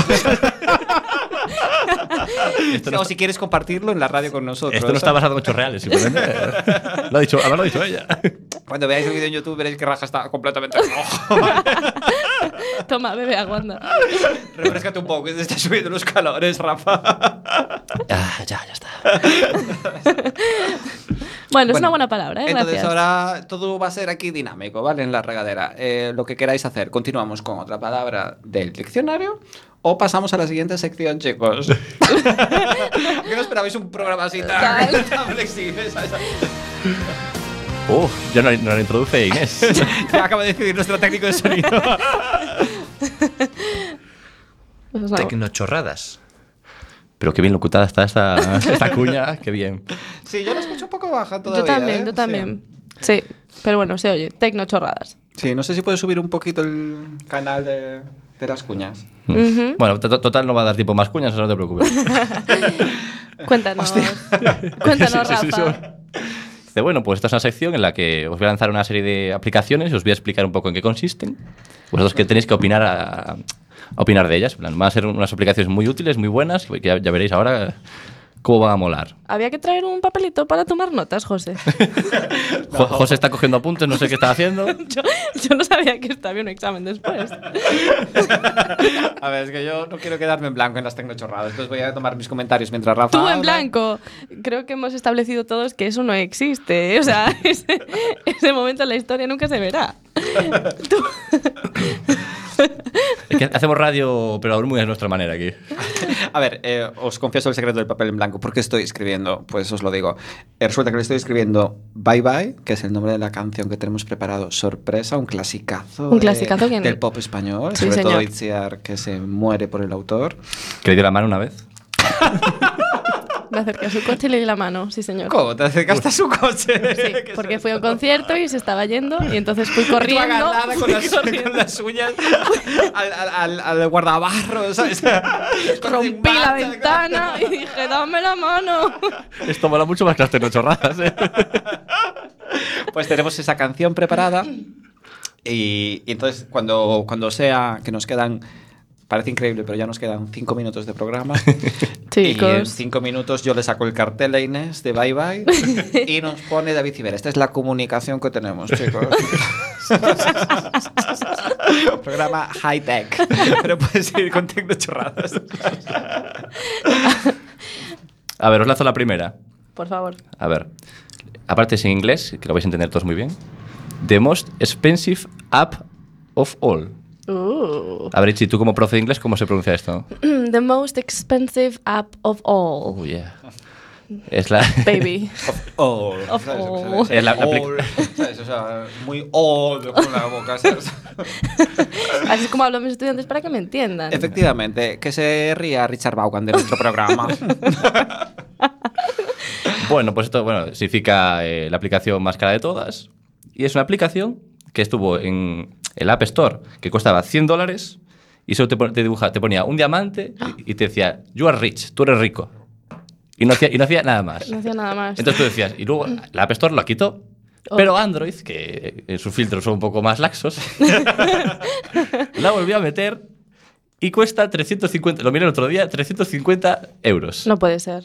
S5: o si quieres compartirlo en la radio con nosotros.
S4: Esto no está
S5: ¿sabes?
S4: basado en hechos reales, simplemente. Lo ha dicho, además lo ha dicho ella.
S5: Cuando veáis el vídeo en YouTube veréis que Rafa está completamente rojo.
S6: Toma, bebe, aguanta.
S5: Refrescate un poco, que te está subiendo los calores, Rafa.
S4: Ah, ya, ya está.
S6: Bueno, es
S5: Bueno,
S6: una buena palabra, ¿eh?
S5: Entonces
S6: Gracias.
S5: ahora todo va a ser aquí dinámico, ¿vale? En la regadera. Eh, lo que queráis hacer, continuamos con otra palabra del diccionario o pasamos a la siguiente sección, chicos. que no esperabais un programa así tan,
S6: Tal.
S5: tan flexible. ¿sabes?
S4: Uf, ya no, no la introduce Inés.
S5: Ya acaba de decidir nuestro técnico de sonido.
S6: Pues es una-
S1: Tecnochorradas.
S4: Pero qué bien locutada está esta, esta cuña, qué bien.
S5: Sí, yo lo escucho un poco baja
S6: Yo
S5: todavía.
S6: también,
S5: ¿eh?
S6: yo también. Sí. pero bueno, se oye, tecno chorradas.
S5: Sí. Sí, no sé si puedes subir un poquito el canal de... de las cuñas.
S6: Ujú.
S4: Bueno, to- total no va a dar tiempo más cuñas, no te preocupes.
S6: Cuéntanos. Cuéntanos,
S4: Sí, sí, sí,
S6: Rafa.
S4: sí. Dice, bueno, pues esta es una sección en la que os voy a lanzar una serie de aplicaciones y os voy a explicar un poco en qué consisten. Vosotros que tenéis que opinar a, a opinar de ellas. En plan, Van a ser unas aplicaciones muy útiles, muy buenas, que ya, ya veréis ahora cómo van a molar.
S6: Había que traer un papelito para tomar notas, José.
S4: Jo- José está cogiendo apuntes, no sé qué está haciendo.
S6: Yo, yo no sabía que estaba un examen después.
S5: A ver, es que yo no quiero quedarme en blanco en las tecnochorradas. Entonces voy a tomar mis comentarios mientras Rafa.
S6: Tú en
S5: habla.
S6: blanco. Creo que hemos establecido todos que eso no existe. O sea, ese, ese momento en la historia nunca se verá. Tú-
S4: Es que hacemos radio, pero aún muy a nuestra manera aquí.
S5: A ver, eh, os confieso el secreto del papel en blanco. ¿Por qué estoy escribiendo? Pues os lo digo. Eh, Resulta que le estoy escribiendo Bye Bye, que es el nombre de la canción que tenemos preparado. Sorpresa, un clasicazo.
S6: Un
S5: de-
S6: clasicazo que-
S5: Del pop español.
S6: Sí,
S5: sobre todo
S6: señor.
S5: Itziar, que se muere por el autor.
S4: Que le dio la mano una vez.
S6: Me acerqué a su coche y le di la mano, sí, señor.
S5: ¿Cómo? ¿Te acercaste a su coche?
S6: Sí, porque fui a un concierto y se estaba yendo y entonces fui corriendo.
S5: agarrada con
S6: fui
S5: las,
S6: corriendo.
S5: con las uñas al, al, al, al guardabarros, ¿sabes?
S6: Rompí la ventana y dije, dame la mano.
S4: Esto mola mucho más que las tecnochorradas, ¿eh?
S5: Pues tenemos esa canción preparada y, y entonces cuando, cuando sea que nos quedan, parece increíble, pero ya nos quedan cinco minutos de programa. Y en
S6: Chicos.
S5: cinco minutos yo le saco el cartel a Inés de Bye Bye y nos pone David Civera. Esta es la comunicación que tenemos, chicos. Programa high tech. Pero puedes ir con tecnochorradas.
S4: A ver, os lanzo la primera.
S6: Por favor.
S4: A ver. Aparte es en inglés, que lo vais a entender todos muy bien. The most expensive app of all.
S6: Uh.
S4: A ver, Ichi, tú como profe de inglés, ¿cómo se pronuncia esto?
S6: The most expensive app of all.
S4: Oh, yeah. Es la...
S6: Baby.
S5: Oh,
S6: Of
S5: ¿sabes?
S6: all.
S5: O sea,
S4: Es la- la
S5: all, ¿sabes? O sea, muy old con la boca. ¿sabes?
S6: Así es como hablo a mis estudiantes para que me entiendan.
S5: Efectivamente, que se ría Richard Vaughan de nuestro programa.
S4: Bueno, pues esto bueno, significa eh, la aplicación más cara de todas. Y es una aplicación que estuvo en el App Store, que costaba 100 dólares, y solo te, pon- te dibuja, te ponía un diamante y, y te decía, you are rich, tú eres rico. Y no hacía, y no hacía nada más.
S6: No hacía nada más.
S4: Entonces tú decías, y luego la App Store lo quitó.
S6: Oh.
S4: Pero Android, que eh, sus filtros son un poco más laxos, la volvió a meter y cuesta 350, lo miré el otro día, 350 euros.
S6: No puede ser.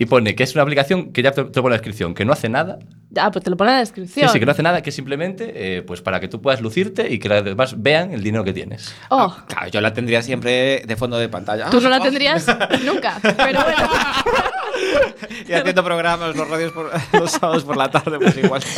S4: Y pone que es una aplicación que ya te, te pone la descripción, que no hace nada.
S6: Ah, pues te lo pone en la
S4: Sí,
S6: descripción.
S4: sí, que no hace nada, que es simplemente eh, pues para que tú puedas lucirte y que los demás vean el dinero que tienes.
S6: Oh,
S5: Ah, Claro, yo la tendría siempre de fondo de pantalla. Ah,
S6: tú no la tendrías nunca. Pero bueno.
S5: Y haciendo programas los radios por, los sábados por la tarde, pues igual.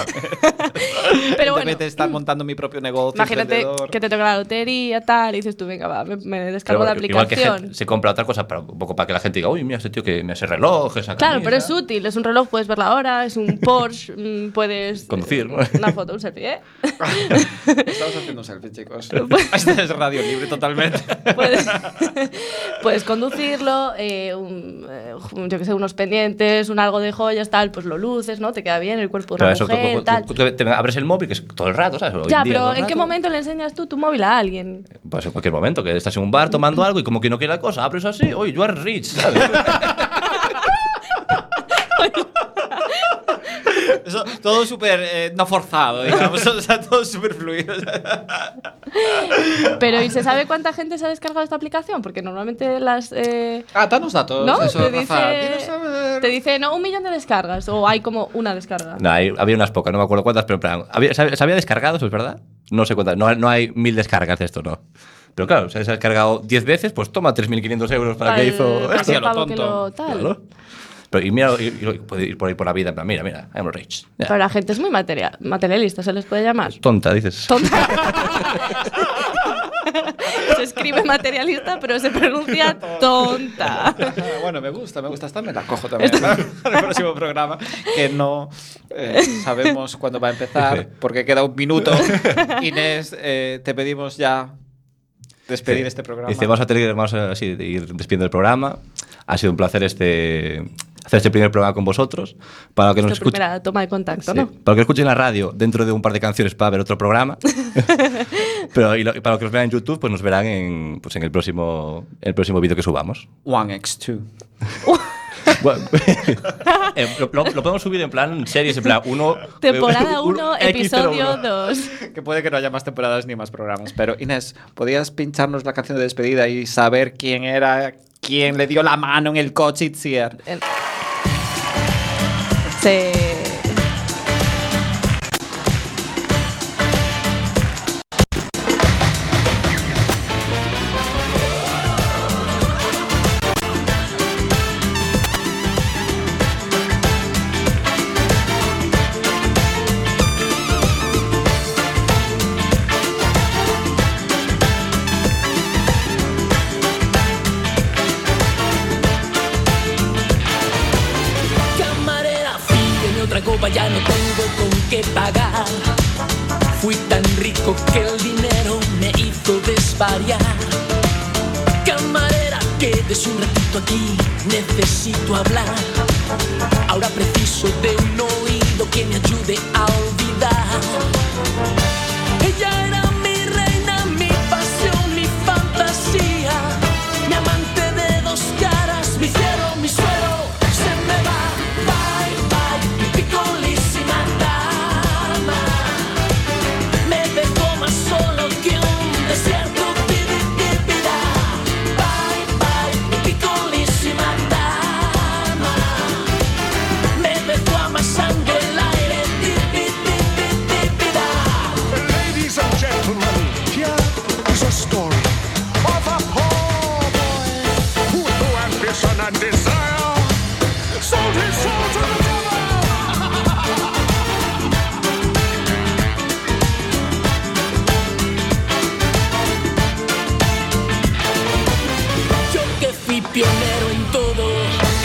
S5: De
S6: Pero bueno. mm.
S5: repente estar montando mi propio negocio.
S6: Imagínate
S5: emprendedor.
S6: que te toca la lotería, tal, y dices tú, venga, va, me, me descargo la
S4: Pero igual que
S6: aplicación.
S4: gente- se compra otra cosa para, un poco para que la gente diga, uy, mira, este tío que me hace relojes. esa
S6: Claro, pero
S4: camisa".
S6: es útil, es un reloj, puedes ver la hora, es un Porsche, mm, puedes...
S4: Conducir, ¿no?
S6: Una foto, un selfie, ¿eh?
S5: Estamos haciendo un selfie, chicos. Esta es radio libre totalmente.
S6: Puedes, puedes conducirlo, eh, un, eh, yo qué sé, unos pendientes, un algo de joyas, tal, pues lo luces, ¿no? Te queda bien, el cuerpo de
S4: Pero
S6: una
S4: eso,
S6: mujer,
S4: tú- tú-
S6: tal.
S4: tú te- te abres el móvil, que es todo el rato, ¿sabes? Hoy
S6: ya,
S4: en día, todo
S6: pero
S4: el
S6: ¿en qué
S4: rato.
S6: momento le enseñas tú tu móvil a alguien?
S4: Pues en cualquier momento, que estás en un bar tomando algo y como que no quiere la cosa, abres así, oye, you are rich, ¿sabes?
S5: Eso, todo súper eh, no forzado, digamos. O sea, todo súper fluido.
S6: Pero ¿y se sabe cuánta gente se ha descargado esta aplicación? Porque normalmente las... eh,
S5: Ah, danos datos.
S6: ¿No?
S5: Eso,
S6: te,
S5: Rafa.
S6: dice,
S5: Dinos, a ver.
S6: te dice, no, un millón de descargas, o hay como una descarga.
S4: No, hay- había unas pocas, no me acuerdo cuántas, pero en plan, había- se, había, se había descargado, eso es verdad. No sé cuántas, no, no hay mil descargas de esto, no. Pero claro, se ha descargado 10 veces, pues toma 3.500 euros para que
S6: Al-
S4: hizo
S6: al
S4: esto.
S5: a lo
S6: pavo que
S5: tonto.
S6: lo tal.
S4: Claro. Pero, y mira, y, y- y puede ir por ahí por la vida, en plan, mira, mira, I'm rich. Ya.
S6: Pero la gente es muy materia- materialista, se les puede llamar.
S4: Tonta, dices.
S6: Tonta. se escribe materialista, pero se pronuncia tonta.
S5: Ah, bueno, me gusta, me gusta. Esta me la cojo también para el próximo programa, que no eh, sabemos cuándo va a empezar, porque queda un minuto. Inés, eh, te pedimos ya despedir este programa.
S4: Dice, vamos a tener que vamos a, sí, ir despidiendo el programa. Ha sido un placer este, hacer este primer programa con vosotros. Para que nos
S6: Nuestra
S4: escuchen.
S6: primera toma de contacto,
S4: Sí,
S6: ¿no?
S4: Para que escuchen la radio dentro de un par de canciones para ver otro programa. Pero y lo- y para los que nos vean en YouTube, pues nos verán en, pues en el próximo, el próximo vídeo que subamos.
S5: One X2.
S4: Bueno, eh, lo, lo- lo podemos subir en plan series, en plan 1.
S6: Temporada 1, episodio 2.
S5: Que puede que no haya más temporadas ni más programas. Pero Inés, ¿podías pincharnos la canción de despedida y saber quién era, quién le dio la mano en el coche Itziar?
S6: Se...
S8: Camarera, pídeme otra copa, ya no tengo con qué pagar. Fui tan rico que el dinero me hizo desvariar. Camarera, quedes un ratito aquí, necesito hablar. Ahora preciso de un oído que me ayude a olvidar. Ella era mi reina, mi pasión, mi fantasía. Mi amante de dos caras, mi cielo, mi suelo. Se me va, bye, bye, mi picolísima dama. Me dejó más solo que un desierto, pibi, pibirá. Bye, bye, mi picolísima dama. Me dejó a más sangre el aire, tipi, tipi, tipirá.
S9: Ladies and gentlemen, here is a story of a poor boy who, through ambition and desire, sold his soul to the devil.
S8: Yo que fui pionero en todo,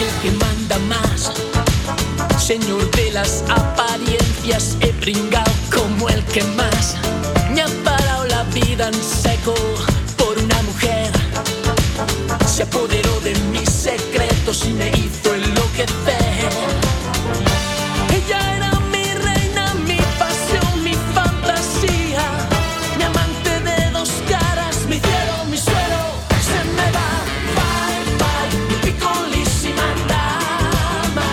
S8: el que manda más. Señor de las apariencias, he pringado como el que más. Me ha parado la vida en seco por una mujer. Se apoderó de mis secretos y me hizo enloquecer. Ella era mi reina, mi pasión, mi fantasía. Mi amante de dos caras, mi cielo, mi suelo. Se me va, bye, bye, mi picolísima dama.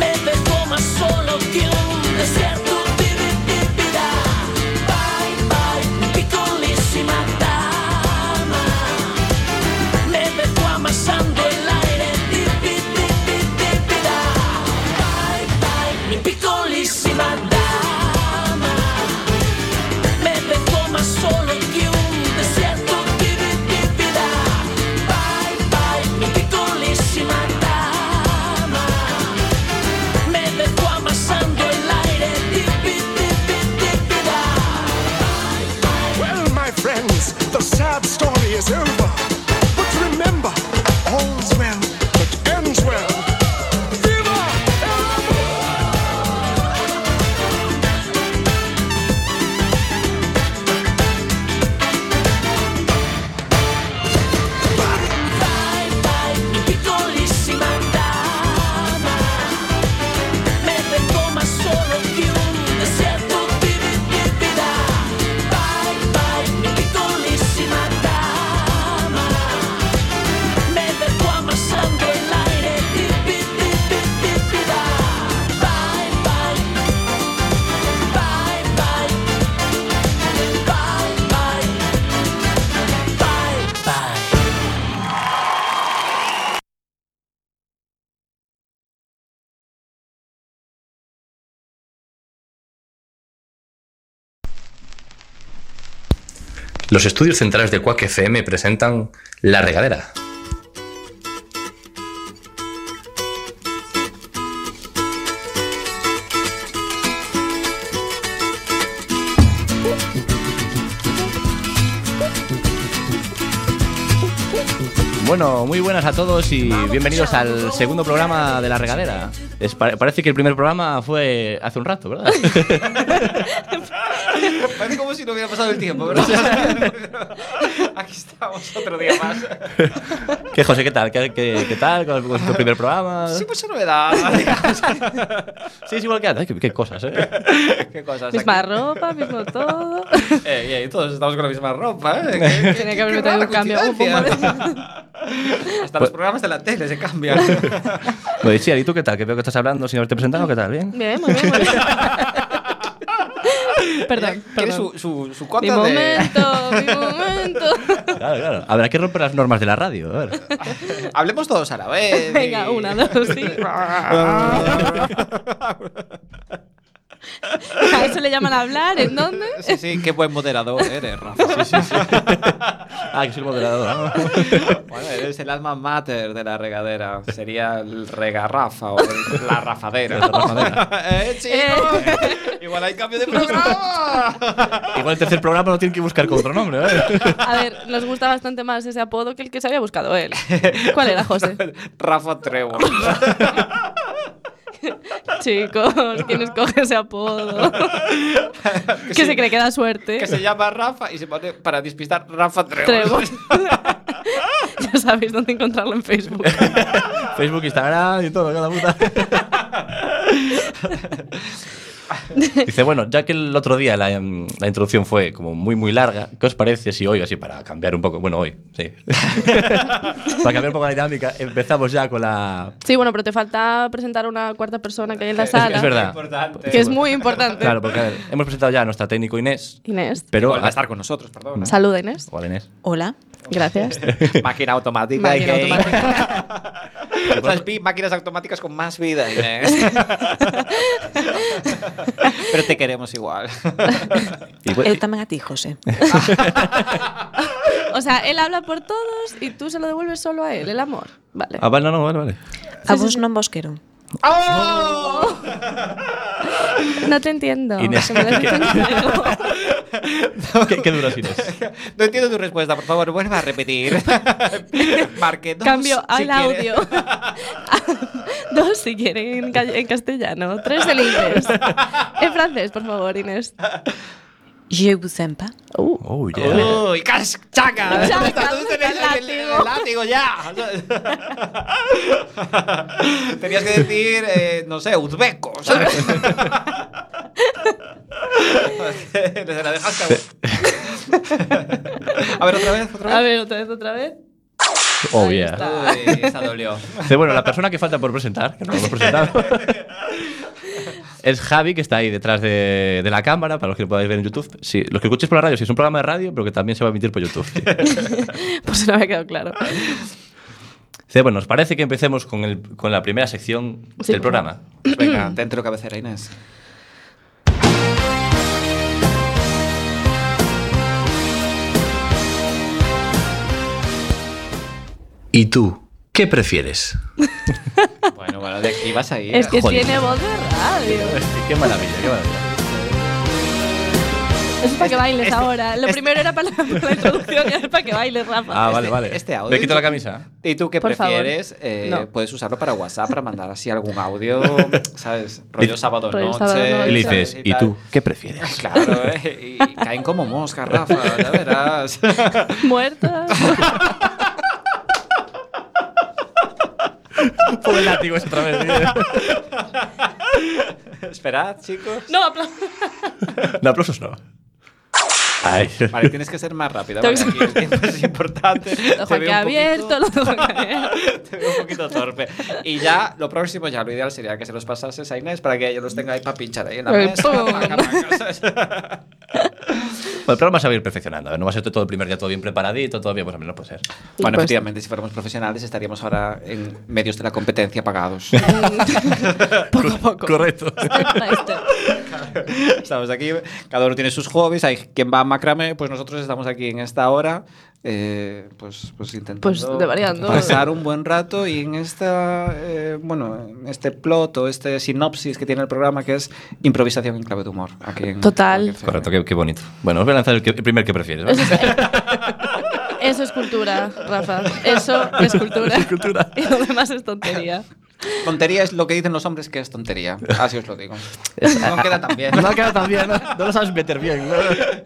S8: Me dejó más solo que un desierto, pibi, pibirá. Bye, bye, mi picolísima dama. Me dejó amasando el aire, pipi, pipi, pipirá. Bye, bye, mi piccolissima dama. Me dejó más solo que un desierto, pibi, pipirá. Bye, bye, mi piccolissima dama. Me dejó amasando el aire, pipi, pipi, pipirá.
S9: Well, my friends, the sad story is over. But remember, all's well that ends well. Viva el amor!
S8: Bye, bye, mi piccolissima dama. Me dejó más solo que un desierto, pibi, pipirá. Bye, bye, mi piccolissima dama. Me dejó amasando el aire, pipi, pipi, pipirá. Bye, bye. Bye, bye. Bye, bye. Bye, bye.
S2: Los estudios centrales de Quack FM presentan La Regadera.
S4: Bueno, muy buenas a todos y bienvenidos al segundo programa de La Regadera. Es pa- parece que el primer programa fue hace un rato, ¿verdad?
S5: Parece como si no hubiera pasado el tiempo, ¿verdad? Aquí estamos otro día más.
S4: ¿Qué, José, qué tal? ¿Qué, qué- qué tal con con tu primer programa?
S5: Sí, mucha novedad. digamos.
S4: Sí, es igual que antes. Ay, Qué, qué cosas, ¿eh?
S5: Qué cosas.
S6: Misma
S5: aquí.
S6: ropa, mismo todo.
S5: Eh, eh, todos estamos con la misma ropa, ¿eh? Qué-
S6: Tenía
S5: qué-
S6: que
S5: qué
S6: haber metido
S5: rara
S6: un cambio, un
S5: coincidencia. Hasta los programas de la tele se cambian.
S4: Bueno, y sí, ¿y tú qué tal? Que veo que estás hablando sin haberte presentado, ¿qué tal? ¿Bien?
S6: Bien, muy bien, muy bien. perdón,
S5: Tiene
S6: perdón.
S5: su, su, su
S6: Mi
S5: cuota de...
S6: momento, mi momento.
S4: Claro, claro. Habrá que romper las normas de la radio, a ver.
S5: Hablemos todos a la vez. y-
S6: Venga, una, dos, sí. A eso le llaman a hablar, ¿en dónde?
S5: Sí, sí, qué buen moderador eres, Rafa.
S4: Ah, que soy el moderador. ¿no?
S5: Bueno, eres el alma mater de la regadera. Sería el regarrafa o el- la rafadera. ¡Eh,
S6: Eh.
S5: chicos! Igual hay cambio de programa.
S4: Igual el tercer programa lo tienen que buscar con otro nombre, ¿eh?
S6: A ver, nos gusta bastante más ese apodo que el que se había buscado él. ¿Cuál era, José?
S5: Rafa Trevor.
S6: Chicos, ¿quién escoge ese apodo? Que se cree que da suerte.
S5: Que se llama Rafa y se pone para despistar Rafa Trevor.
S6: Trevor. ya sabéis dónde encontrarlo en Facebook.
S4: Facebook, Instagram y todo, cada puta. Dice, bueno, ya que el otro día la, em, la introducción fue como muy, muy larga, ¿qué os parece si hoy, así para cambiar un poco, bueno, hoy, sí, para cambiar un poco la dinámica, empezamos ya con la...
S6: Sí, bueno, pero te falta presentar a una cuarta persona que hay en la
S5: Es-
S6: sala.
S4: es verdad.
S5: Importante.
S6: Que es muy importante.
S4: Claro, porque a ver, hemos presentado ya a nuestra técnico Inés,
S6: Inés.
S4: pero...
S5: Vuelve a estar con nosotros, perdón. ¿eh?
S6: Saluda, Inés.
S4: Hola, Inés.
S7: Hola.
S6: Gracias.
S5: Máquina automática.
S6: Máquina
S5: gay.
S6: automática.
S5: Estas vi máquinas automáticas con más vida, Inés. Pero te queremos igual.
S4: Y pues-
S7: Él también a ti, José.
S6: O sea, él habla por todos y tú se lo devuelves solo a él, el amor. Vale.
S4: Ah, vale, no, no, vale, vale.
S7: A vos non vos quero.
S5: ¡Oh!
S6: No te entiendo.
S4: Inés.
S6: que me des un consejo.
S4: ¿Qué, qué duras Inés?
S5: No entiendo tu respuesta, por favor, vuelve a repetir. Marque dos,
S6: Cambio
S5: si
S6: al
S5: quiere.
S6: audio. Dos si quieren en, ca- en castellano. Tres en inglés. En francés, por favor, Inés.
S7: Je vous aime pas.
S4: Oh, yeah.
S5: ¡Uy! ¡Cas! ¡Chaca!
S6: Chaca,
S5: Estás en el,
S6: el
S5: en el- en el látigo ya! Tenías que decir, eh, no sé, uzbeco, ¿sabes? Se la dejaste a... a ver, otra vez, otra
S6: A
S5: vez.
S6: ver, otra vez, otra vez.
S4: Oh,
S6: Ahí
S4: yeah.
S6: está.
S5: Uy, esa dolió.
S4: Dice, bueno, la persona que falta por presentar, que no hemos presentado, es Javi, que está ahí detrás de, de la cámara, para los que lo podáis ver en YouTube. Sí, los que escuchéis por la radio, sí, es un programa de radio, pero que también se va a emitir por YouTube. sí.
S6: Pues no me ha quedado claro.
S4: Dice, bueno, ¿os parece que empecemos con, el, con la primera sección
S6: Sí,
S4: del
S6: por favor.
S4: programa?
S5: Pues venga, dentro cabecera, Inés.
S2: ¿Y tú? ¿Qué prefieres?
S5: Bueno, bueno, de aquí vas a ir.
S6: Es que
S4: Jolín.
S6: tiene voz de radio.
S4: Qué maravilla, qué maravilla.
S6: Eso es para que bailes
S5: este-
S6: ahora. Lo primero era para la, para la introducción y ahora es para que bailes, Rafa.
S4: Ah, vale, vale.
S5: este audio-
S4: Le quito la camisa.
S5: ¿Y tú qué
S6: Por favor.
S5: prefieres? Eh,
S6: No.
S5: Puedes usarlo para WhatsApp, para mandar así algún audio, ¿sabes? Rollo
S4: Dice-
S5: sábado
S6: Rollo
S5: noche.
S6: sábado noche.
S4: Y le dices, ¿y
S5: tal.
S4: tú qué prefieres?
S5: Claro, ¿eh? Y caen como moscas, Rafa, ya verás.
S6: Este, Muertas.
S4: Por el látigo es otra vez. tío.
S5: Esperad, chicos.
S6: No, aplausos.
S4: No, aplausos no. Ay.
S5: Vale, tienes que ser más rápida. Vale, aquí el tiempo es importante.
S6: Lo
S5: Te
S6: dejo aquí
S5: veo un
S6: abierto, lo dejo aquí abierto.
S5: poquito- Te veo un poquito torpe. Y ya, lo próximo, ya lo ideal sería que se los pasases a Inés para que ella los tenga ahí para pinchar ahí en la
S6: Eh,
S5: mesa.
S6: ¡pum!
S5: Paca, paca, ¿sabes?
S4: Bueno, el programa se va a ir perfeccionando. ¿eh? No va a ser todo el primer día todo bien preparadito, todavía, pues a menos puede ser.
S5: Bueno,
S6: Pues-
S5: efectivamente, si fuéramos profesionales estaríamos ahora en medios de la competencia pagados.
S6: Poco a poco.
S4: Correcto.
S6: Step by step.
S5: Estamos aquí, cada uno tiene sus hobbies, hay quien va a macrame, pues nosotros estamos aquí en esta hora, eh, pues, pues intentando
S6: Pues de variando.
S5: pasar un buen rato y en esta, eh, bueno, en este plot o este sinopsis que tiene el programa que es improvisación en clave de humor. aquí en
S6: Total.
S5: Rock FM.
S4: Correcto, qué, qué bonito. Bueno, os voy a lanzar el, que- el primer que prefieres. ¿vale?
S6: Eso es- Este, Eso es cultura, Rafa. Eso es cultura.
S4: Es cultura.
S6: Y lo demás es tontería.
S5: Tontería es lo que dicen los hombres que es tontería. Así os lo digo.
S4: Es-
S5: No queda tan bien.
S4: No ha quedado tan bien, no, No lo sabes meter bien. ¿no?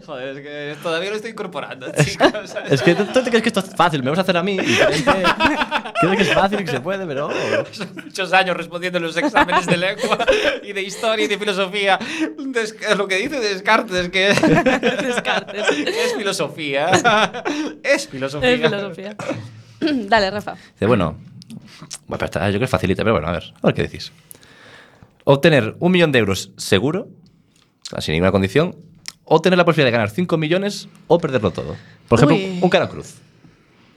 S5: Joder, es que todavía lo estoy incorporando, chicos.
S4: Es que tú, tú te crees que esto es fácil, me vas a hacer a mí. y Crees que- crees que es fácil y que se puede, pero.
S5: Son muchos años respondiendo en los exámenes de lengua y de historia y de filosofía. Des- lo que dice Descartes, que
S6: Descartes.
S5: es filosofía. Es filosofía.
S6: Es filosofía. Dale, Rafa.
S4: Dice, bueno, bueno pero está- ah, yo creo que es facilita, pero bueno, a ver, a ver qué decís. Obtener un millón de euros seguro, sin ninguna condición, o tener la posibilidad de ganar 5 millones o perderlo todo. Por ejemplo,
S6: Uy.
S4: un cara cruz.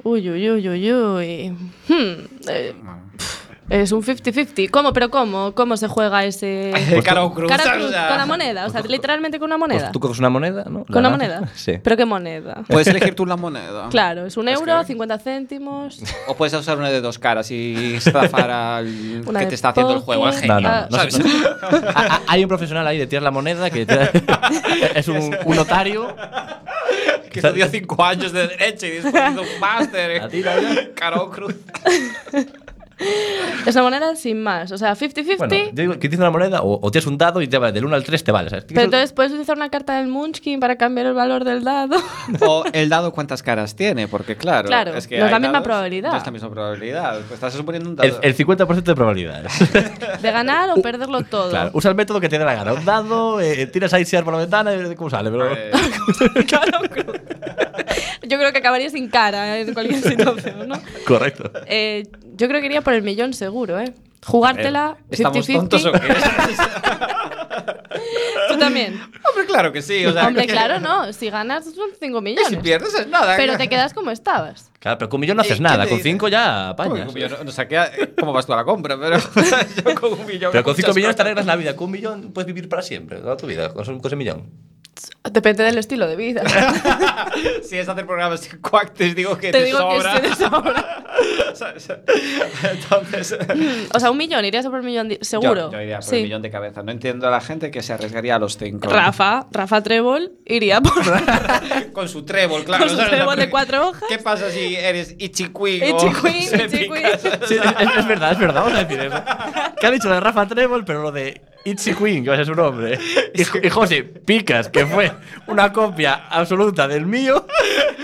S6: Uy, uy, uy, uy, uy. Hmm, eh, pf, es un 50-50. ¿Cómo? ¿Pero cómo? ¿Cómo se juega ese...?
S5: Cara o cruz.
S6: Cara
S5: o
S6: cruz,
S5: sea.
S6: con la moneda, o sea, literalmente con una moneda.
S4: Pues tú coges una moneda, ¿no?
S6: ¿Con una
S4: La ganas.
S6: moneda?
S4: Sí.
S6: ¿Pero qué moneda?
S5: Puedes elegir tú la moneda.
S6: Claro, es un
S5: Es
S6: euro,
S5: que-
S6: 50 céntimos.
S5: O puedes usar una de dos caras y estafar al
S6: Una
S5: que
S6: de
S5: te está haciendo el juego, al
S6: poker.
S5: genio.
S4: No, no, no, no
S5: ¿sabes?
S4: sé, A- a- hay un profesional ahí de tirar la moneda que te- es un, un notario.
S5: Que estudió cinco años de Derecho y después hizo un máster.
S4: A ti, Laura.
S5: Cara o cruz.
S6: Es una moneda sin más, o sea, 50-50.
S4: Bueno, yo digo que tienes una moneda o, o tienes un dado y te vale, del 1 al 3 te vale, ¿sabes?
S6: pero entonces puedes utilizar una carta del Munchkin para cambiar el valor del dado.
S5: O el dado cuántas caras tiene, porque claro,
S6: Claro,
S5: es que
S6: no es
S5: hay
S6: la misma
S5: dados-
S6: probabilidad.
S5: No es la misma probabilidad. Pues estás suponiendo un
S4: el,
S5: dado.
S4: el 50% de probabilidades.
S6: De ganar o perderlo todo.
S4: Claro, usa el método que te dé la gana. Un dado, eh, tiras ahí sear por la ventana y ves cómo sale, pero.
S5: Eh,
S6: Cara o cruz. Yo creo que acabaría sin cara ¿eh? en cualquier situación, ¿no?
S4: Correcto.
S6: Eh, yo creo que iría por el millón seguro, ¿eh? Jugártela
S5: ¿Estamos tontos o
S6: 50-50.
S5: qué?
S6: Tú también.
S5: Hombre, claro que sí. O sea,
S6: Hombre,
S5: que-
S6: claro, no. Si ganas son 5
S5: que
S6: millones.
S5: Si pierdes es nada.
S6: Pero te quedas como estabas.
S4: Claro, pero con un millón no
S5: ¿Y
S4: haces
S5: Eh, qué
S4: nada,
S5: te
S4: con
S5: dice?
S4: 5 ya
S5: Uy,
S4: apañas.
S5: un millón, o sea, que, eh, ¿cómo vas tú a la compra? Pero, yo con un millón.
S4: Pero con 5
S5: muchas
S4: millones te
S5: cosas.
S4: arreglas la vida. Con un millón puedes vivir para siempre, toda tu vida, con, con ese millón.
S6: Depende del estilo de vida.
S5: Si es hacer programas de cuactes, digo que te,
S6: Te digo que
S5: sobra.
S6: sí, te sobra.
S5: ¿Sabes? Entonces.
S6: O sea, un millón, irías a por un millón, di- seguro.
S5: Yo, yo iría por
S6: Sí.
S5: un millón de cabeza. No entiendo a la gente que se arriesgaría a los cinco.
S6: Rafa, Rafa Trébol iría por
S5: Con su trébol, claro.
S6: Con su
S5: ¿sabes?
S6: trébol de cuatro hojas.
S5: ¿Qué pasa si eres Ichiqueen? o
S6: Ichiqueen,
S5: Sepicas?
S6: Ichiqueen.
S4: Sí, es, es- es verdad, es verdad, vamos a decir eso. Que ha dicho lo de Rafa Trébol, pero lo de Itzy Queen, que va a ser su nombre. Y, Jo- y José Picas, que fue una copia absoluta del mío.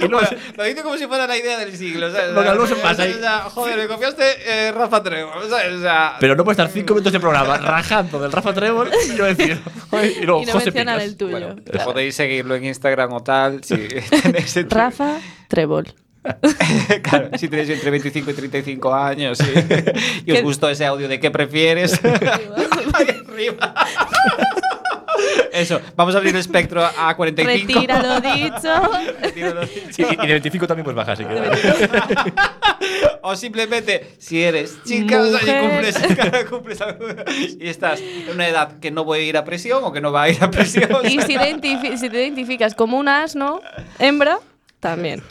S4: Y luego se-
S5: Lo dice como si fuera la idea del siglo. ¿sabes?
S4: Lo que luego se pasa ahí.
S5: O sea, joder, me confiaste eh, Rafa Trébol. ¿sabes? O sea,
S4: Pero no puede estar 5 minutos de programa rajando del Rafa Trébol y yo decir. Y luego
S6: y no
S4: José
S6: mencionar
S4: Picas.
S6: el tuyo.
S5: Bueno,
S6: Claro.
S5: podéis seguirlo en Instagram o tal. Si tenéis entre,
S6: Rafa Trébol.
S5: claro, si tenéis entre 25 y 35 años sí. y os
S6: ¿Qué?
S5: gustó ese audio de qué prefieres. Ahí arriba. Eso, vamos a abrir el espectro a 45.
S6: Retira lo dicho.
S5: Retíralo.
S4: Sí, y y de 25 también pues baja, así que.
S5: O simplemente, si eres chica, o sea, y cumples,
S6: Mujer.
S5: cumples alguna- y estás en una edad que no voy a ir a presión o que no va a ir a presión. o
S6: Y
S5: sea,
S6: si, identifi- si te identificas como un asno, hembra, también.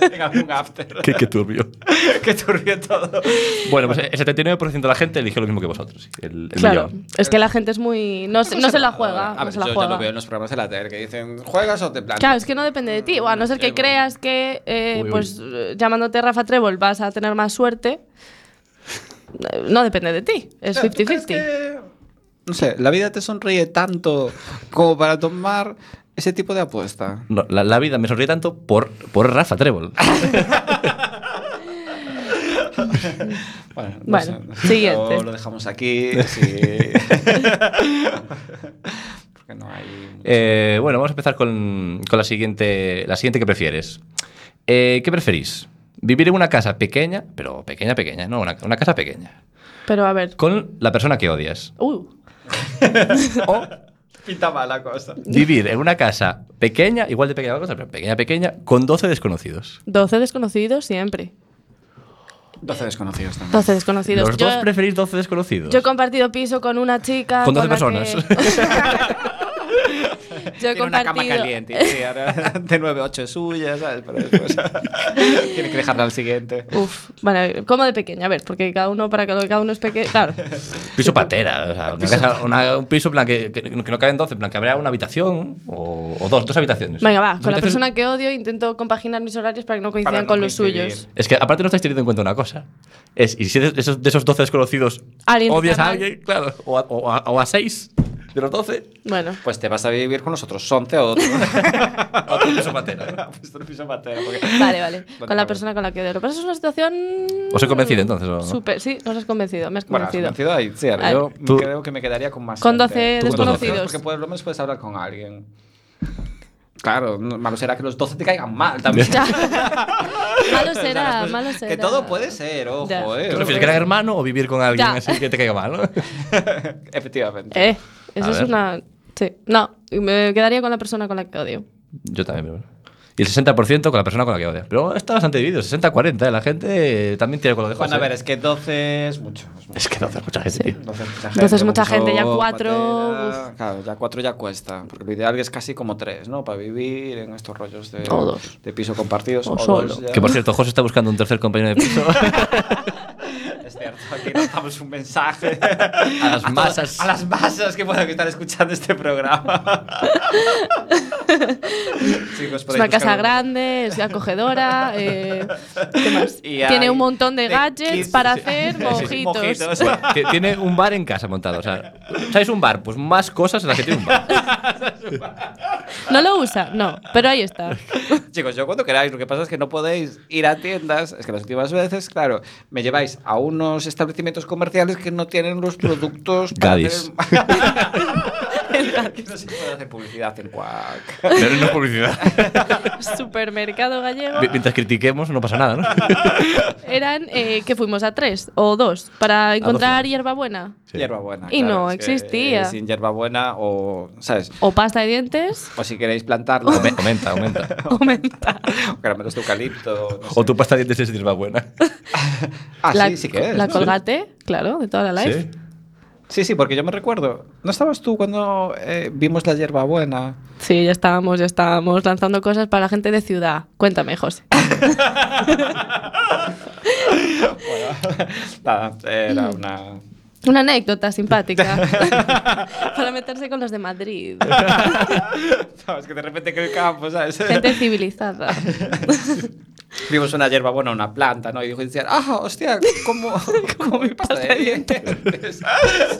S5: venga, un after.
S4: Qué, qué turbio.
S5: que turbio todo.
S4: Bueno, pues el 79% de la gente eligió lo mismo que vosotros. El, el
S6: Claro,
S4: millón.
S6: es que la gente es muy. No, se, no se la juega.
S5: A
S6: no
S5: ver,
S6: se la
S5: Ah, pues yo, yo
S6: juega.
S5: lo veo en los programas de la tele que dicen, ¿juegas o te plantas?
S6: Claro, es que no depende de ti. O a no ser que
S5: Trébol.
S6: creas que, eh,
S4: Uy, uy.
S6: pues, eh, llamándote Rafa Trébol vas a tener más suerte. Eh, No depende de ti. Es
S5: O sea, ¿tú crees
S6: 50-50.
S5: que, No sé, la vida te sonríe tanto como para tomar ese tipo de apuesta.
S4: No, la, la vida me sonríe tanto por, por Rafa Trébol.
S5: Bueno, no
S6: Bueno,
S5: sé.
S6: siguiente.
S5: Lo, lo dejamos aquí. sí. Porque no hay.
S4: Eh, bueno, vamos a empezar con, con la siguiente. La siguiente que prefieres. Eh, ¿Qué preferís? Vivir en una casa pequeña, pero pequeña, pequeña, no, una, una casa pequeña.
S6: Pero a ver.
S4: Con la persona que odias.
S6: Uh,
S4: O
S5: Pinta mala cosa.
S4: vivir en una casa pequeña, igual de pequeña, que otra, pero pequeña, pequeña, con 12 desconocidos.
S6: 12 desconocidos siempre.
S5: 12 desconocidos también.
S6: 12 desconocidos.
S4: Los
S6: yo,
S4: dos preferís 12 desconocidos.
S6: yo he compartido piso con una chica.
S4: Con 12
S6: la que-
S4: personas.
S6: Yo he
S5: Tiene una cama
S6: compartido-
S5: caliente. sí, ahora de 9 a 8 es suya, ¿sabes? Pero después tiene que dejarla al siguiente.
S6: Uf, bueno, como de pequeña, a ver, porque cada uno, para que lo que cada uno es pequeño, claro.
S2: Piso patera, o sea, una casa- una- un piso en plan que, que- que no caben 12, en plan que habrá una habitación o, o dos, dos habitaciones.
S6: Venga, va, con la
S2: Habitaciones-
S6: persona que odio intento compaginar mis horarios para que no coincidan
S5: Para no
S6: con los
S5: coincidir.
S6: suyos.
S2: Es que aparte no estáis teniendo en cuenta una cosa. Es, y si de esos, de esos 12 desconocidos
S6: Alguien
S2: odias
S6: está
S2: a
S6: mal.
S2: alguien, claro, o a, o a- o a 6 de los 12,
S6: Bueno,
S5: Pues te vas a vivir con nosotros 11 o otro.
S2: otro piso patera.
S5: Pues tú no piso patera, porque-
S6: vale, vale. Con la
S5: Pues, vale.
S6: persona con la que odio. Lo que pasa es que es una situación.
S2: ¿Os he convencido, entonces, o no?
S6: Súper, sí, nos has convencido, me has
S5: Bueno, has
S6: convencido.
S5: convencido ahí, sí, ahora
S6: Ay.
S5: yo
S2: Tú-
S5: creo que me quedaría con más
S6: Con
S5: gente.
S6: 12
S5: Tú con
S6: desconocidos.
S5: Porque por lo menos puedes hablar con alguien. Claro, no- malo será que los 12 te caigan mal también.
S6: Ya. malo
S5: O sea,
S6: será,
S5: después-
S6: malo será.
S5: Pues Que todo puede ser, ojo,
S6: Ya.
S2: ¿Te
S5: eh.
S2: refieres que eran hermano o vivir con alguien
S6: Ya.
S2: así que te caiga mal? ¿no?
S5: Efectivamente.
S6: Eh, eso
S2: A
S6: es
S2: ver.
S6: una. Sí, no, me quedaría con la persona con la que odio.
S2: Yo también, pero bueno. Y el 60% con la persona con la que odias. Pero está bastante dividido, 60-40. ¿eh? La gente eh, también tiene con lo de
S5: Bueno, a
S2: José.
S5: ver, es que 12 es mucho. Es mucho.
S2: Es que no hace mucha gente, tío.
S5: 12 es mucha
S6: Entonces, mucha
S5: mucho
S6: gente, ya cuatro,
S5: patera. Claro, ya cuatro ya cuesta. Porque lo ideal es casi como tres, ¿no? Para vivir en estos rollos de,
S6: O dos.
S5: de piso compartidos.
S6: O
S5: dos
S6: solo.
S5: ya.
S2: Que por cierto, José está buscando un tercer compañero de piso.
S5: Es cierto, aquí lanzamos un mensaje
S2: A las
S5: todas-
S2: masas.
S5: a las masas que puedan estar escuchando este programa. Chicos,
S6: Es
S5: podéis
S6: una
S5: buscar
S6: casa
S5: un-
S6: grande, es acogedora. eh, ¿Qué más?
S5: Y hay
S6: Tiene un montón de
S5: de
S6: gadgets
S5: 15,
S6: para
S5: sí.
S6: hacer
S5: Sí, sí.
S6: mojitos.
S5: Mojitos.
S2: Bueno, que tiene un bar en casa montado. O sea, ¿sabes un bar? Pues más cosas en las que tiene un bar.
S6: No lo usa, no, pero ahí está.
S5: Chicos, yo cuando queráis, lo que pasa es que no podéis ir a tiendas. Es que las últimas veces, claro, me lleváis a unos establecimientos comerciales que no tienen los productos. para
S2: Gadis.
S5: hacer- Que no se puede hacer publicidad en cuac.
S2: Pero no es publicidad.
S6: Supermercado gallego.
S2: Mi- Mientras critiquemos, no pasa nada, ¿no?
S6: Eran eh, que fuimos a tres o dos para encontrar
S2: ¿no?
S6: hierbabuena.
S5: Hierbabuena.
S6: Y
S5: claro,
S6: no
S5: es que,
S6: existía.
S5: eh, sin hierbabuena o, ¿sabes?
S6: O pasta de dientes.
S5: O si queréis plantarla.
S2: Come- Aumenta, aumenta.
S6: Aumenta.
S5: o caramelos de eucalipto. no
S2: O
S5: sé.
S2: tu pasta de dientes es más buena.
S5: Ah,
S6: la,
S5: sí, sí que es.
S6: La
S5: ¿no?
S6: colgate, claro, de toda la life.
S2: ¿Sí?
S5: Sí, sí, porque yo me recuerdo. ¿No estabas tú cuando eh, vimos la hierbabuena?
S6: Sí, ya estábamos, ya estábamos lanzando cosas para la gente de ciudad. Cuéntame, José.
S5: Nada, era una.
S6: Una anécdota simpática para meterse con los de Madrid.
S5: Sabes que de repente que el campo, ¿sabes?
S6: Gente civilizada.
S5: Vimos una hierbabuena, una planta, ¿no? Y dijo, decían, ah, hostia, como, como mi pasta de dientes.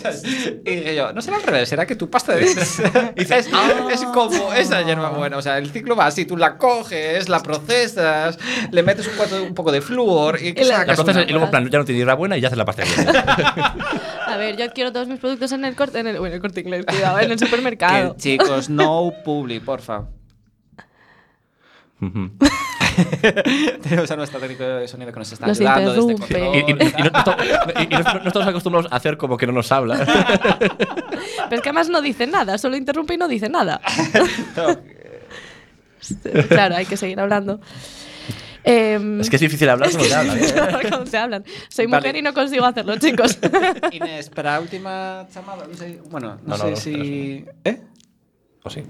S5: y dije yo, no será al revés, será que tu pasta de dientes es, es como esa hierbabuena. O sea, el ciclo va así, tú la coges, la procesas, le metes un, cuarto- un poco de flúor y,
S6: Y la-
S2: La
S5: sacas
S2: procesas
S5: una-
S2: y luego, en plan, ya no tiene hierba buena y ya haces la pasta de dientes.
S6: A ver, yo adquiero todos mis productos en el corte, en el, bueno, el corte inglés, cuidado, en el
S5: Que,
S6: supermercado.
S5: chicos, no publi, porfa.
S2: Ujú.
S5: Tenemos a nuestro técnico de sonido que nos está
S6: Nos
S5: ayudando desde
S6: interrumpe.
S5: control.
S2: Y, y- y no, no- y no- no estamos acostumbrados a hacer como que no nos habla.
S6: Pero es que además no dice nada, solo interrumpe y no dice nada. claro, hay que seguir hablando. Em,
S2: Es que es difícil hablar cuando te hablan. ¿eh?
S6: cuando se hablan. Soy
S5: Vale.
S6: mujer y no consigo hacerlo, chicos.
S5: Inés, para la última chamada, no sé, bueno, no,
S2: No, no,
S5: sé
S2: no,
S5: si... ¿Eh?
S2: O sí.
S5: Eh,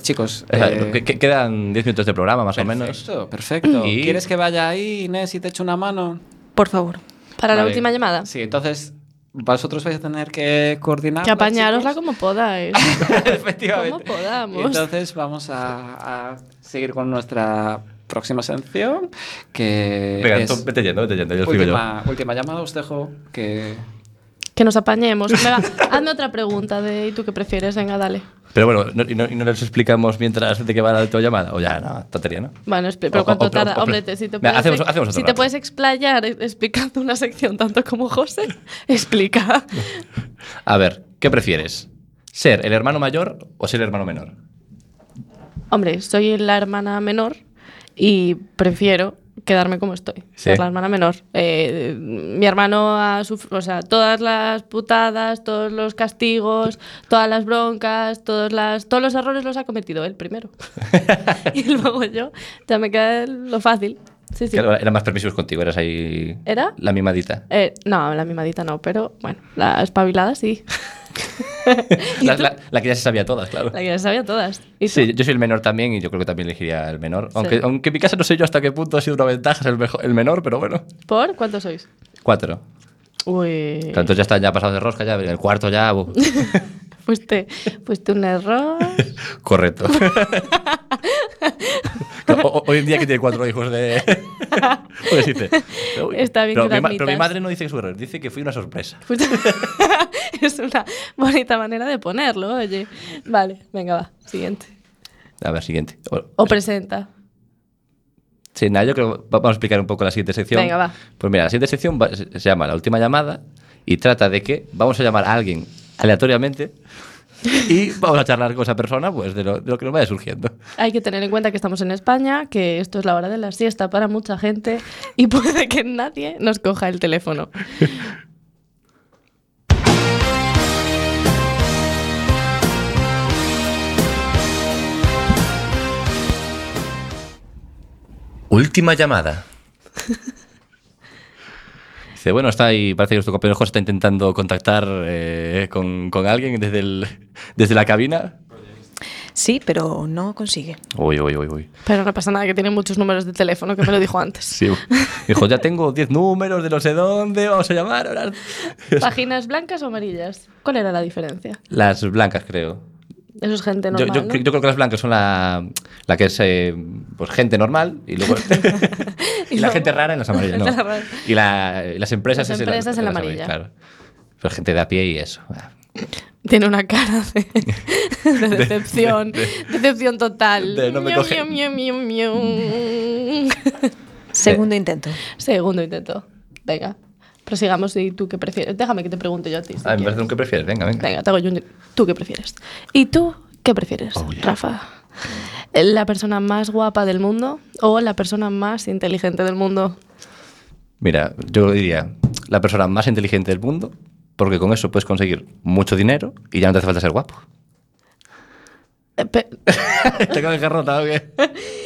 S5: Chicos,
S2: O sea,
S5: eh,
S2: que- que- quedan 10 minutos de programa, más o menos.
S5: perfecto, perfecto.
S2: Y-
S5: ¿Quieres que vaya ahí, Inés, y te echo una mano?
S7: Por favor.
S6: Para la
S5: Vale.
S6: última llamada.
S5: Sí, entonces vosotros vais a tener que coordinar.
S6: Que apañarosla como podáis.
S5: Efectivamente.
S6: como podamos.
S5: Y entonces vamos a, a seguir con nuestra próxima sección, que
S2: Venga,
S5: es
S2: tú vete yendo, vete yendo, yo explico yo.
S5: última, última llamada. Os dejo que...
S6: Que nos apañemos. Venga, hazme otra pregunta de ¿y tú qué prefieres? Venga, dale.
S2: Pero bueno, no- y, no, y no les explicamos mientras de qué va la tu llamada. O ya, no, tontería, ¿no?
S6: Bueno, espe- pero
S2: O-
S6: cuánto
S2: o- o-
S6: tarda.
S2: o-
S6: Hombre, te- si te
S2: Venga,
S6: puedes,
S2: hacemos- hacemos otro
S6: si te
S2: rato.
S6: puedes explayar e- explicando una sección tanto como José, explica.
S2: A ver, ¿qué prefieres? ¿Ser el hermano mayor o ser el hermano menor?
S6: Hombre, soy la hermana menor y prefiero quedarme como estoy. Ser la hermana menor. Eh, mi hermano ha sufrido, o sea, todas las putadas, todos los castigos, todas las broncas, todas las, todos los errores los ha cometido él primero. y luego yo, ya me queda lo fácil. Sí, ¿Eh? sí.
S2: Claro, eran más permisivos contigo, eras ahí.
S6: ¿Era?
S2: La mimadita.
S6: Eh, no, la mimadita no, pero bueno, la espabilada sí.
S10: la, la- la que ya se sabía todas, claro.
S6: La que las sabía todas. ¿Y tú?
S2: Sí, yo soy el menor también y yo creo que también elegiría el menor. Aunque,
S6: Sí.
S2: aunque en mi casa no sé yo hasta qué punto ha sido una ventaja ser el, mejo- el menor, pero bueno.
S6: ¿Por? ¿Cuántos sois?
S2: Cuatro.
S6: Uy.
S2: Claro, Entonces ya están ya pasados de rosca, ya en el cuarto ya. bu-
S6: Fuiste, fuiste un error.
S2: Correcto. Claro, ho- ho- Hoy en día que tiene cuatro hijos de. Pues dice. pero uy,
S6: Está bien
S2: pero
S6: que
S2: mi
S6: lo
S2: ma- pero mi
S6: admitas.
S2: madre no dice que es un error, dice que fui una sorpresa.
S6: Fuiste- es una bonita manera de ponerlo, oye. Vale, venga, va. Siguiente.
S2: A ver, siguiente. O-
S6: O presenta.
S2: Sí, nada, yo creo va- vamos a explicar un poco la siguiente sección.
S6: Venga, va.
S2: Pues mira, la siguiente sección va- se se llama La última llamada y trata de que vamos a llamar a alguien aleatoriamente y vamos a charlar con esa persona pues de lo, de lo que nos vaya surgiendo.
S6: Hay que tener en cuenta que estamos en España, que esto es la hora de la siesta para mucha gente y puede que nadie nos coja el teléfono.
S11: Última llamada.
S2: Dice, bueno, está ahí, parece que nuestro compañero José está intentando contactar eh, con, con alguien desde, el, desde la cabina.
S7: Sí, pero no consigue.
S2: Uy, uy, uy, uy.
S6: Pero no pasa nada, que tiene muchos números de teléfono, que me lo dijo antes.
S2: Sí. Dijo, ya tengo 10 números de no sé dónde, vamos a llamar. ahora".
S6: ¿Páginas blancas o amarillas? ¿Cuál era la diferencia?
S2: Las blancas, creo.
S6: Eso es gente
S2: Yo,
S6: normal,
S2: yo
S6: ¿no?
S2: cre- yo creo que las blancas son la, la que es eh, pues, gente normal y luego y la
S6: luego-
S2: gente rara en las amarillas. no.
S6: Gente rara.
S2: Y, la- y las empresas,
S6: Las
S2: es en
S6: empresas en la
S2: las
S6: amarilla.
S2: amarillas, claro. Pero gente de a pie y eso. Ah,
S6: Tiene una cara de, de decepción, decepción total.
S2: de no me
S6: Miau,
S2: coge.
S6: miau, miau, miau, miau.
S7: Segundo intento.
S6: Segundo intento. Venga, prosigamos y tú qué prefieres. Déjame que te pregunte yo a ti. si
S2: Ah, me
S6: quieres.
S2: parece un que prefieres. Venga, venga.
S6: Venga, te hago yo un... ¿Tú qué prefieres? ¿Y tú qué prefieres,
S2: Oh,
S6: Rafa? ¿La persona más guapa del mundo o la persona más inteligente del mundo?
S2: Mira, yo diría la persona más inteligente del mundo, porque con eso puedes conseguir mucho dinero y ya no te hace falta ser guapo.
S6: Eh, pe-
S2: Te cago en carrota, ¿o qué?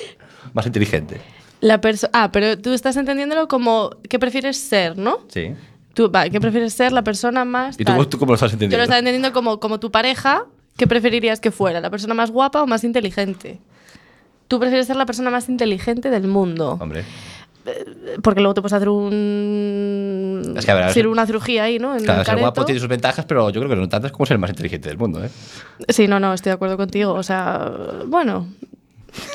S2: Más inteligente.
S6: La perso- ah, pero tú estás entendiéndolo como ¿qué prefieres ser, no?
S2: Sí.
S6: Tú, va, ¿Qué prefieres ser la persona más...
S2: ¿Y tú,
S6: tal?
S2: tú cómo lo estás
S6: Yo lo
S2: entendiendo?
S6: estaba entendiendo como, como tu pareja, ¿qué preferirías que fuera? ¿La persona más guapa o más inteligente? Tú prefieres ser la persona más inteligente del mundo.
S2: Hombre.
S6: Porque luego te puedes hacer un.
S2: Es que, a ver, a ver,
S6: cir- una cirugía ahí, ¿no? En
S2: Claro,
S6: el
S2: ser guapo
S6: careto.
S2: tiene sus ventajas, pero yo creo que no tantas como ser el más inteligente del mundo, ¿eh?
S6: Sí, no, no, estoy de acuerdo contigo. O sea, bueno.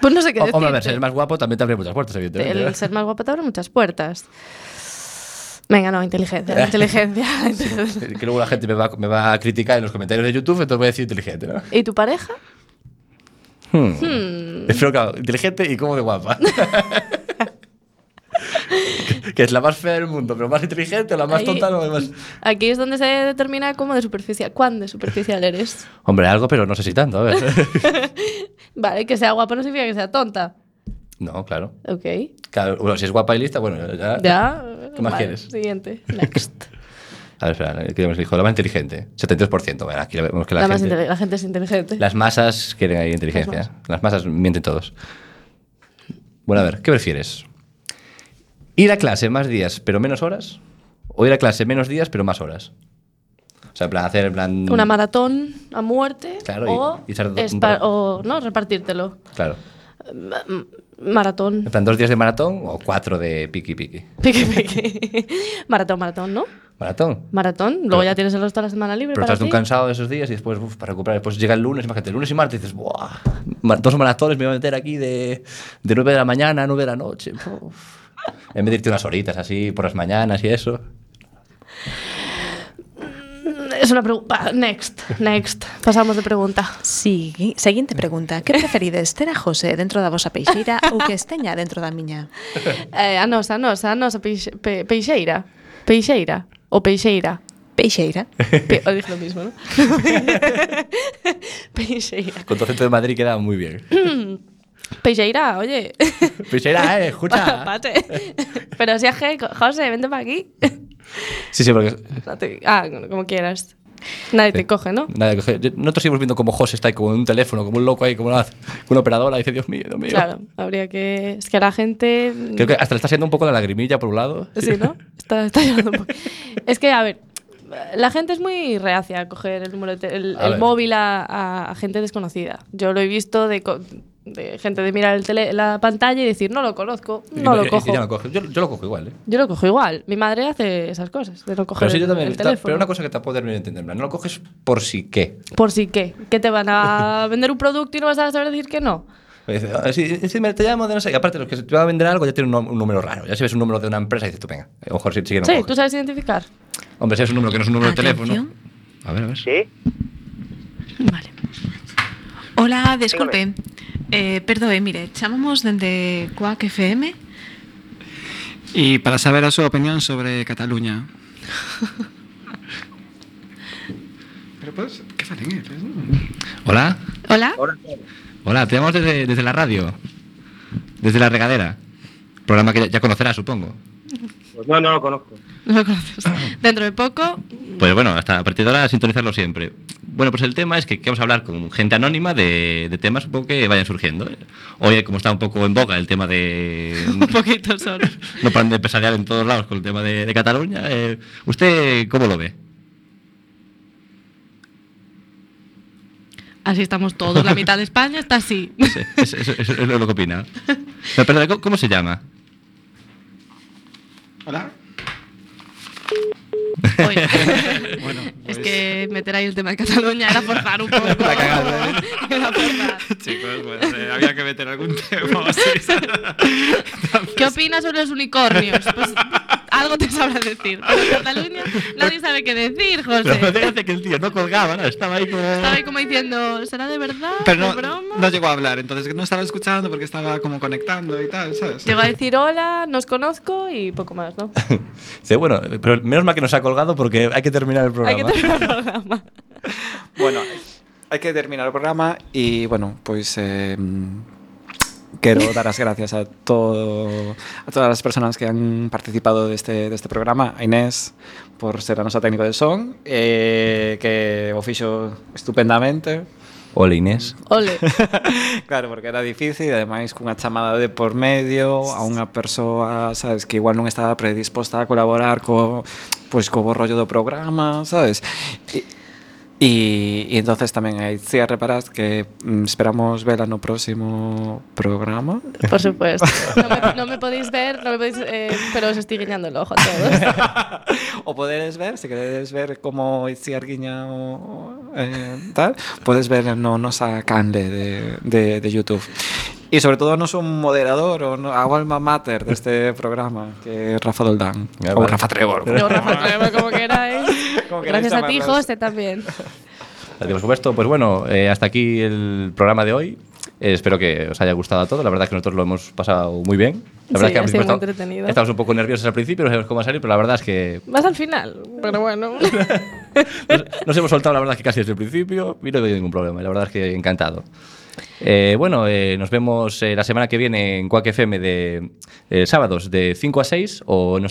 S6: Pues no sé qué
S2: O-
S6: decir.
S2: Oh, Hombre, a ver, ser el más guapo también te abre muchas puertas, evidentemente. ¿eh?
S6: El ser más guapa te abre muchas puertas. Venga, no, inteligencia, la inteligencia.
S2: Que luego la gente me va, me va a criticar en los comentarios de YouTube, entonces voy a decir inteligente, ¿no?
S6: ¿Y tu pareja?
S2: Espero que inteligente y como de guapa. que, que es la más fea del mundo, pero más inteligente o la más
S6: Ahí-
S2: tonta no es más...
S6: Aquí es donde se determina cómo de superficial, cuán de superficial eres.
S2: Hombre, algo, pero no sé si tanto, a ver.
S6: Vale, que sea guapa no significa que sea tonta.
S2: no, claro.
S6: Ok.
S2: Claro, bueno, si es guapa y lista, bueno, ya...
S6: Ya.
S2: ¿Qué más
S6: vale,
S2: quieres?
S6: Siguiente. Next.
S2: A ver, espera, que hemos dicho la más inteligente. 73%, bueno, aquí vemos que la,
S6: La, más
S2: gente...
S6: inte- la gente es inteligente.
S2: Las masas quieren ahí inteligencia. ¿eh?
S6: Las
S2: Las masas. mienten todos. Bueno, a ver, ¿qué prefieres? ¿Ir a clase más días pero menos horas? ¿O ir a clase menos días pero más horas? O sea, en plan, hacer en plan.
S6: Una maratón a muerte
S2: Claro, y-
S6: o,
S2: y ser do-
S6: es
S2: un
S6: pa-
S2: par-
S6: o, no repartírtelo.
S2: Claro.
S6: Maratón.
S2: En plan, dos días de maratón o cuatro de piqui piqui.
S6: Piqui, piqui. maratón, maratón, ¿no?
S2: Maratón.
S6: Maratón. Luego ya tienes el resto de la semana libre
S2: Pero
S6: para
S2: estás de un
S6: ti.
S2: cansado de esos días y después, uf, para recuperar. Después llega el lunes, imagínate, el lunes y martes y dices, ¡buah! ma- Dos maratones me voy a meter aquí de, de 9 de la mañana a 9 de la noche. Uf. En vez de irte unas horitas así por las mañanas y eso.
S6: Es una pregunta. Next, next. Pasamos de pregunta.
S7: Sigui- Seguinte pregunta. Que preferides, ter a José dentro da vosa peixeira ou que esteña dentro da miña?
S6: Eh, a nosa, a nosa, a nosa peixe- pe- peixeira. Peixeira. O peixeira.
S7: Peixeira.
S6: Pe- o dije lo mismo, ¿no? peixeira.
S2: Con todo centro de Madrid queda muy bien.
S6: Peixeira, oye.
S2: Pixera, eh, escucha.
S6: Pate. Pero si es que, José, vente para aquí.
S2: Sí, sí, porque
S6: No te- ah, como quieras. Nadie te coge, ¿no?
S2: nada, que- yo- nosotros seguimos viendo como José está ahí con un teléfono, como un loco ahí, como una, una operadora, y dice, Dios mío, Dios mío.
S6: Claro, habría que. Es que a la gente.
S2: Creo que hasta le está haciendo un poco la lagrimilla por un lado.
S6: Sí, ¿no? Está, está llorando un poco. Es que, a ver, la gente es muy reacia a coger el, número de te- el,
S2: A
S6: el
S2: ver.
S6: móvil a, a- a gente desconocida. Yo lo he visto de, co- de gente de mirar el tele- la pantalla y decir, no lo conozco,
S2: Y
S6: no
S2: y-
S6: lo
S2: y
S6: cojo.
S2: ya no coge. Yo, yo lo cojo igual, ¿eh?
S6: Yo lo cojo igual. Mi madre hace esas cosas, de no coger
S2: Pero sí, yo
S6: el-
S2: también.
S6: el
S2: ta-
S6: teléfono.
S2: pero una cosa que tampoco termino de entender. en plan, No lo coges por si qué.
S6: Por si qué, que te van a vender un producto y no vas a saber decir que no.
S2: Me dice, "Ah, Sí, sí, me te llamo de no sé. qué". Aparte, los que te van a vender algo ya tienen un, nom- un número raro. Ya si ves un número de una empresa, dices tú, venga, a lo mejor sí, sí que no
S6: sí,
S2: coges.
S6: tú sabes identificar.
S2: Hombre, si es un número que no es un número de teléfono.
S7: Atención.
S2: A ver, a ver.
S7: Vale. Hola, desculpe. Eh, perdón, mire, chamamos dende Cuac FM.
S5: Y para saber a súa opinión sobre Cataluña. Pero podes, que falen eles, non?
S2: Hola.
S7: Hola.
S2: Hola, te llamamos desde, desde la radio. Desde la regadera. Programa que ya, ya conocerás, supongo.
S12: no, no lo conozco.
S7: No lo conoces. Dentro de poco,
S2: Pues bueno, hasta a partir de ahora sintonizarlo siempre. Bueno, pues el tema es que, que vamos a hablar con gente anónima de, de temas un poco que vayan surgiendo. ¿eh? Hoy, como está un poco en boga el tema de...
S7: un poquito solo.
S2: no paran de pesadear en todos lados con el tema de, de Cataluña. eh, ¿Usted cómo lo ve?
S7: Así estamos todos. La mitad de España está así.
S2: Sí, Eso, eso- eso es lo que opina. No, perdón, ¿cómo- ¿Cómo se llama?
S5: Hola.
S7: Hoy.
S2: pues-
S7: Es que meter ahí el tema de Cataluña era forzar un poco.
S5: Está cagado, ¿eh?
S7: Era forzar.
S5: Chicos, pues eh, había que meter algún tema. o sea,
S7: ¿Qué
S2: Pues
S7: opinas sobre los unicornios? Pues algo te sabrá decir. Pero Cataluña nadie sabe qué decir,
S2: Pero me
S7: José.
S2: parece que el tío no colgaba, ¿no? estaba ahí como...
S7: Estaba ahí como diciendo, ¿será de verdad?
S5: Pero
S7: ¿De
S5: no,
S7: broma?
S5: no llegó a hablar, entonces no estaba escuchando porque estaba como conectando y tal, ¿sabes?
S6: Llego a decir hola, nos conozco y poco más, ¿no?
S4: Sí, bueno, pero menos mal que nos ha colgado porque hay que terminar el programa.
S6: Hay que terminar el programa.
S5: Bueno, hai que terminar o programa e, bueno, pois eh, quero dar as gracias a todo a todas as persoas que han participado deste, deste programa, a Inés por ser a nosa técnico de son eh, que o fixo estupendamente
S4: Hola, Inés.
S6: Ole.
S5: Claro, porque era difícil, e ademais cunha chamada de por medio a unha persoa, sabes, que igual non estaba predisposta a colaborar co pois co bo rollo do programa, sabes? E, e, e entonces tamén hai cierre para as que mm, esperamos vela no próximo programa.
S6: Por supuesto. No me, no me podéis ver, no me podéis, eh, pero os estoy guiñando el ojo a todos.
S5: o podedes ver, se queredes ver como Itziar guiña o o, eh, tal, podes ver no nosa canle de, de, de YouTube. E sobre todo nos un moderador ou no, a alma mater deste programa que é Rafa Doldán
S4: Ah,
S5: ou
S4: vale.
S5: Rafa Trevor.
S6: No, Rafa, Trevor, como queráis.
S5: Como queráis
S6: Gracias a ti,
S5: llamarlos.
S6: José, también.
S4: Por supuesto, pues bueno, eh, hasta aquí el programa de hoy. Eh, espero que os haya gustado a todos. La verdad es que nosotros lo hemos pasado muy bien. La verdad
S6: Sí,
S4: es que al
S6: ha
S4: principio
S6: sido muy
S4: esta-
S6: entretenido.
S4: estábamos un poco nerviosos al principio, no sabemos cómo va a salir, pero la verdad es que
S6: Vas al final, pero bueno.
S4: nos, nos hemos soltado, la verdad es que casi desde el principio y no he tenido ningún problema. y La verdad es que encantado. Eh, bueno, eh, nos vemos eh, la semana que viene en Quack FM de eh, sábados de 5 a 6 o en nuestra